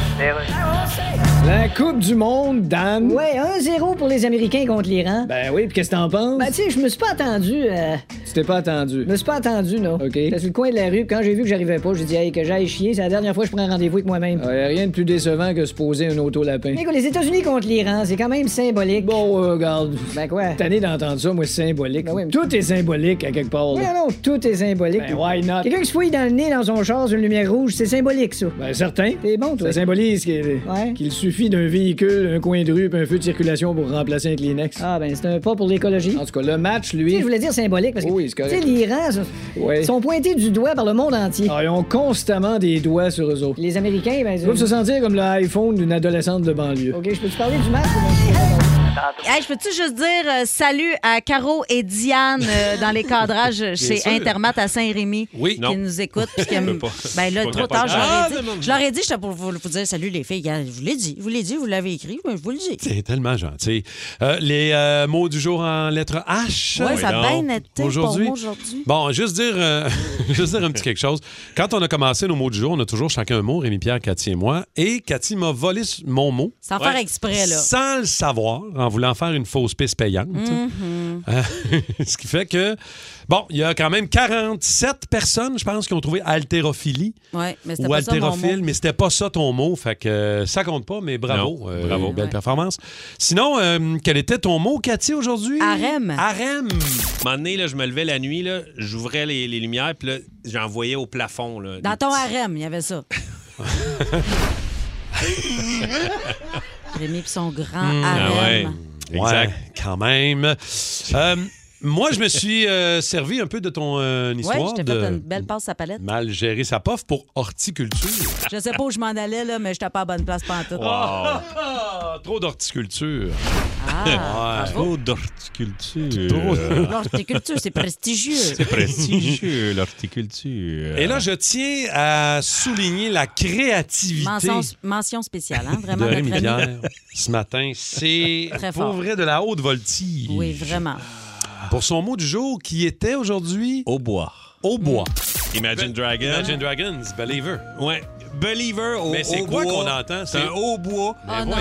Speaker 7: La Coupe du Monde, Dan.
Speaker 8: Ouais, 1-0 pour les Américains contre l'Iran.
Speaker 7: Ben oui, puis qu'est-ce que t'en penses?
Speaker 8: Ben, tu sais, je me suis pas attendu. euh,
Speaker 7: Tu t'es pas attendu.
Speaker 8: Je me suis pas attendu, non. OK. J'étais sur le coin de la rue, puis quand j'ai vu que j'arrivais pas, j'ai dit, hey, que j'aille chier, c'est la dernière fois que je prends rendez-vous avec moi-même.
Speaker 7: Ouais, rien de plus décevant que se poser un auto-lapin.
Speaker 8: Mais quoi, les États-Unis contre l'Iran, c'est quand même symbolique.
Speaker 7: Bon, euh, regarde.
Speaker 8: Ben quoi?
Speaker 7: Tanné d'entendre ça, moi, c'est symbolique. Tout est symbolique à quelque part.
Speaker 8: Non,
Speaker 7: là.
Speaker 8: non, tout est symbolique.
Speaker 7: Ben, why not?
Speaker 8: Ah, Quelqu'un qui se fouille dans le nez dans son char sur une lumière rouge, c'est symbolique, ça.
Speaker 7: Ben, certain.
Speaker 8: T'es bon, toi.
Speaker 7: Ça symbolise qu'il
Speaker 8: Ouais.
Speaker 7: qu'il suffit d'un véhicule, un coin de rue, puis un feu de circulation pour remplacer un Kleenex.
Speaker 8: Ah, ben, c'est un pas pour l'écologie.
Speaker 7: En tout cas, le match,
Speaker 8: Tu sais,
Speaker 7: lui.
Speaker 8: Je voulais dire symbolique parce que
Speaker 7: Oui, c'est
Speaker 8: tu sais,
Speaker 7: correct.
Speaker 8: l'Iran, ça,
Speaker 7: Ouais.
Speaker 8: ils sont pointés du doigt par le monde entier.
Speaker 7: Ah, ils ont constamment des doigts sur eux autres.
Speaker 8: Les Américains, ben,
Speaker 7: Ils doivent se sentir comme le iPhone d'une adolescente de banlieue.
Speaker 8: Ok, je peux te parler du match?
Speaker 5: Hey, je peux-tu juste dire euh, salut à Caro et Diane
Speaker 2: [LAUGHS]
Speaker 5: euh, dans les cadrages chez
Speaker 2: sûr.
Speaker 5: Intermat à Saint-Rémy
Speaker 2: Oui.
Speaker 5: qui
Speaker 2: Non.
Speaker 5: nous écoutent.
Speaker 2: [LAUGHS]
Speaker 5: puis qui
Speaker 2: Je
Speaker 5: aiment-
Speaker 2: peux pas.
Speaker 5: ben là,
Speaker 2: Je
Speaker 5: trop
Speaker 2: peux
Speaker 5: tard,
Speaker 2: pas.
Speaker 5: je leur ai
Speaker 2: Ah,
Speaker 5: dit.
Speaker 2: non, non.
Speaker 5: Je leur ai dit, j'étais pour vous, vous dire salut les filles. Regarde, Je vous l'ai dit, je vous l'ai dit, vous l'avez écrit, mais je vous le dis.
Speaker 3: C'est tellement gentil. Euh, les euh, mots du jour en lettre H.
Speaker 5: Ouais, ça a
Speaker 3: donc,
Speaker 5: bien été pour moi aujourd'hui.
Speaker 3: Bon, juste dire, euh, [LAUGHS] juste dire un petit quelque chose. Quand on a commencé nos mots du jour, on a toujours chacun un mot, Rémi-Pierre, Cathy et moi. Et Cathy m'a volé s- mon mot.
Speaker 5: Sans faire exprès, là.
Speaker 3: Sans le savoir, en voulant faire une fausse piste payante.
Speaker 5: Mhm.
Speaker 3: Euh, [LAUGHS] Ce qui fait que, bon, il y a quand même 47 personnes, je pense, qui ont trouvé haltérophilie
Speaker 5: Ouais, mais c'était
Speaker 3: ou
Speaker 5: pas ça mon
Speaker 3: haltérophile,
Speaker 5: mot.
Speaker 3: mais c'était pas ça ton mot. Fait que euh, ça compte pas, mais bravo.
Speaker 2: Non,
Speaker 3: euh,
Speaker 2: bravo.
Speaker 3: Belle performance. Sinon, euh, quel était ton mot, Cathy, aujourd'hui?
Speaker 5: Harem.
Speaker 3: Harem.
Speaker 2: un moment donné, là, je me levais la nuit, là, j'ouvrais les, les lumières, puis là, j'envoyais au plafond. Là,
Speaker 3: Euh,
Speaker 5: Dans ton harem, il y avait
Speaker 3: [LAUGHS]
Speaker 5: ça. Rémi pis son grand
Speaker 3: Hmm.
Speaker 5: harem.
Speaker 3: Ouais, exact. Quand même. Euh, moi, je me suis euh, servi un peu de ton euh,
Speaker 5: Ouais,
Speaker 3: histoire
Speaker 5: je t'ai
Speaker 3: de
Speaker 5: fait une belle passe à palette.
Speaker 3: mal gérer sa pof pour horticulture.
Speaker 5: Je sais pas où je m'en allais, là, mais j'étais pas à bonne place pantoute.
Speaker 3: Wow. Ah, [LAUGHS] Trop d'horticulture.
Speaker 5: Ah,
Speaker 3: [LAUGHS] Ouais.
Speaker 5: bravo.
Speaker 2: d'horticulture.
Speaker 5: L'horticulture, c'est prestigieux.
Speaker 2: prestigieux, l'horticulture.
Speaker 3: Et là, je tiens à souligner la créativité.
Speaker 5: Mention, mention spéciale,
Speaker 3: [LAUGHS]
Speaker 5: hein? vraiment.
Speaker 3: de
Speaker 5: notre
Speaker 3: Rémi
Speaker 5: ami.
Speaker 3: Pierre ce matin. C'est
Speaker 5: [LAUGHS] Très
Speaker 3: pour
Speaker 5: fort.
Speaker 3: vrai de la haute voltige.
Speaker 5: Oui, vraiment.
Speaker 3: Pour son mot du jour qui était aujourd'hui
Speaker 2: Au bois. Hmm.
Speaker 3: au bois.
Speaker 2: Imagine Dragon.
Speaker 3: Imagine Dragons, Believer.
Speaker 2: Ouais. Believer au
Speaker 3: Mais c'est
Speaker 2: au
Speaker 3: quoi
Speaker 2: bois.
Speaker 3: qu'on entend?
Speaker 2: C'est
Speaker 3: C'est-
Speaker 2: un haut bois.
Speaker 5: Oh non.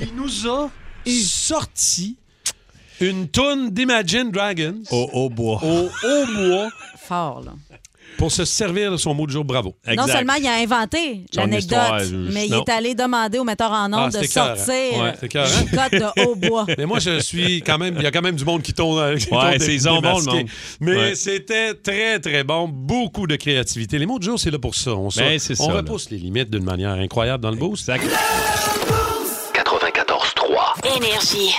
Speaker 3: Il nous a sorti une toune d'Imagine Dragons
Speaker 2: Au haut bois.
Speaker 3: au hautbois
Speaker 5: Fort, là.
Speaker 3: pour se servir de son mot du jour. Bravo.
Speaker 5: Non
Speaker 2: Exact.
Speaker 5: seulement il a inventé
Speaker 2: Son histoire,
Speaker 5: l'anecdote,
Speaker 2: je-
Speaker 5: mais il
Speaker 2: non.
Speaker 5: est allé demander au metteur en ondes
Speaker 3: Ah,
Speaker 5: de
Speaker 3: c'était écœurant.
Speaker 5: sortir
Speaker 3: Ouais, c'était écœurant.
Speaker 5: une cote de haut bois.
Speaker 3: [LAUGHS] Mais moi, je suis quand même. Il y a quand même du monde qui tombe. qui tombe
Speaker 2: Ouais, c'est
Speaker 3: dé-
Speaker 2: ils ont bon,
Speaker 3: démasqué.
Speaker 2: le monde.
Speaker 3: Mais
Speaker 2: Ouais.
Speaker 3: c'était très, très bon. Beaucoup de créativité. Les mots du jour, c'est là pour ça. On, sort-
Speaker 2: Ben, c'est
Speaker 3: on
Speaker 2: ça,
Speaker 3: repousse les limites d'une manière incroyable dans le boost.
Speaker 2: Exact.
Speaker 19: 94-3.
Speaker 1: Énergie.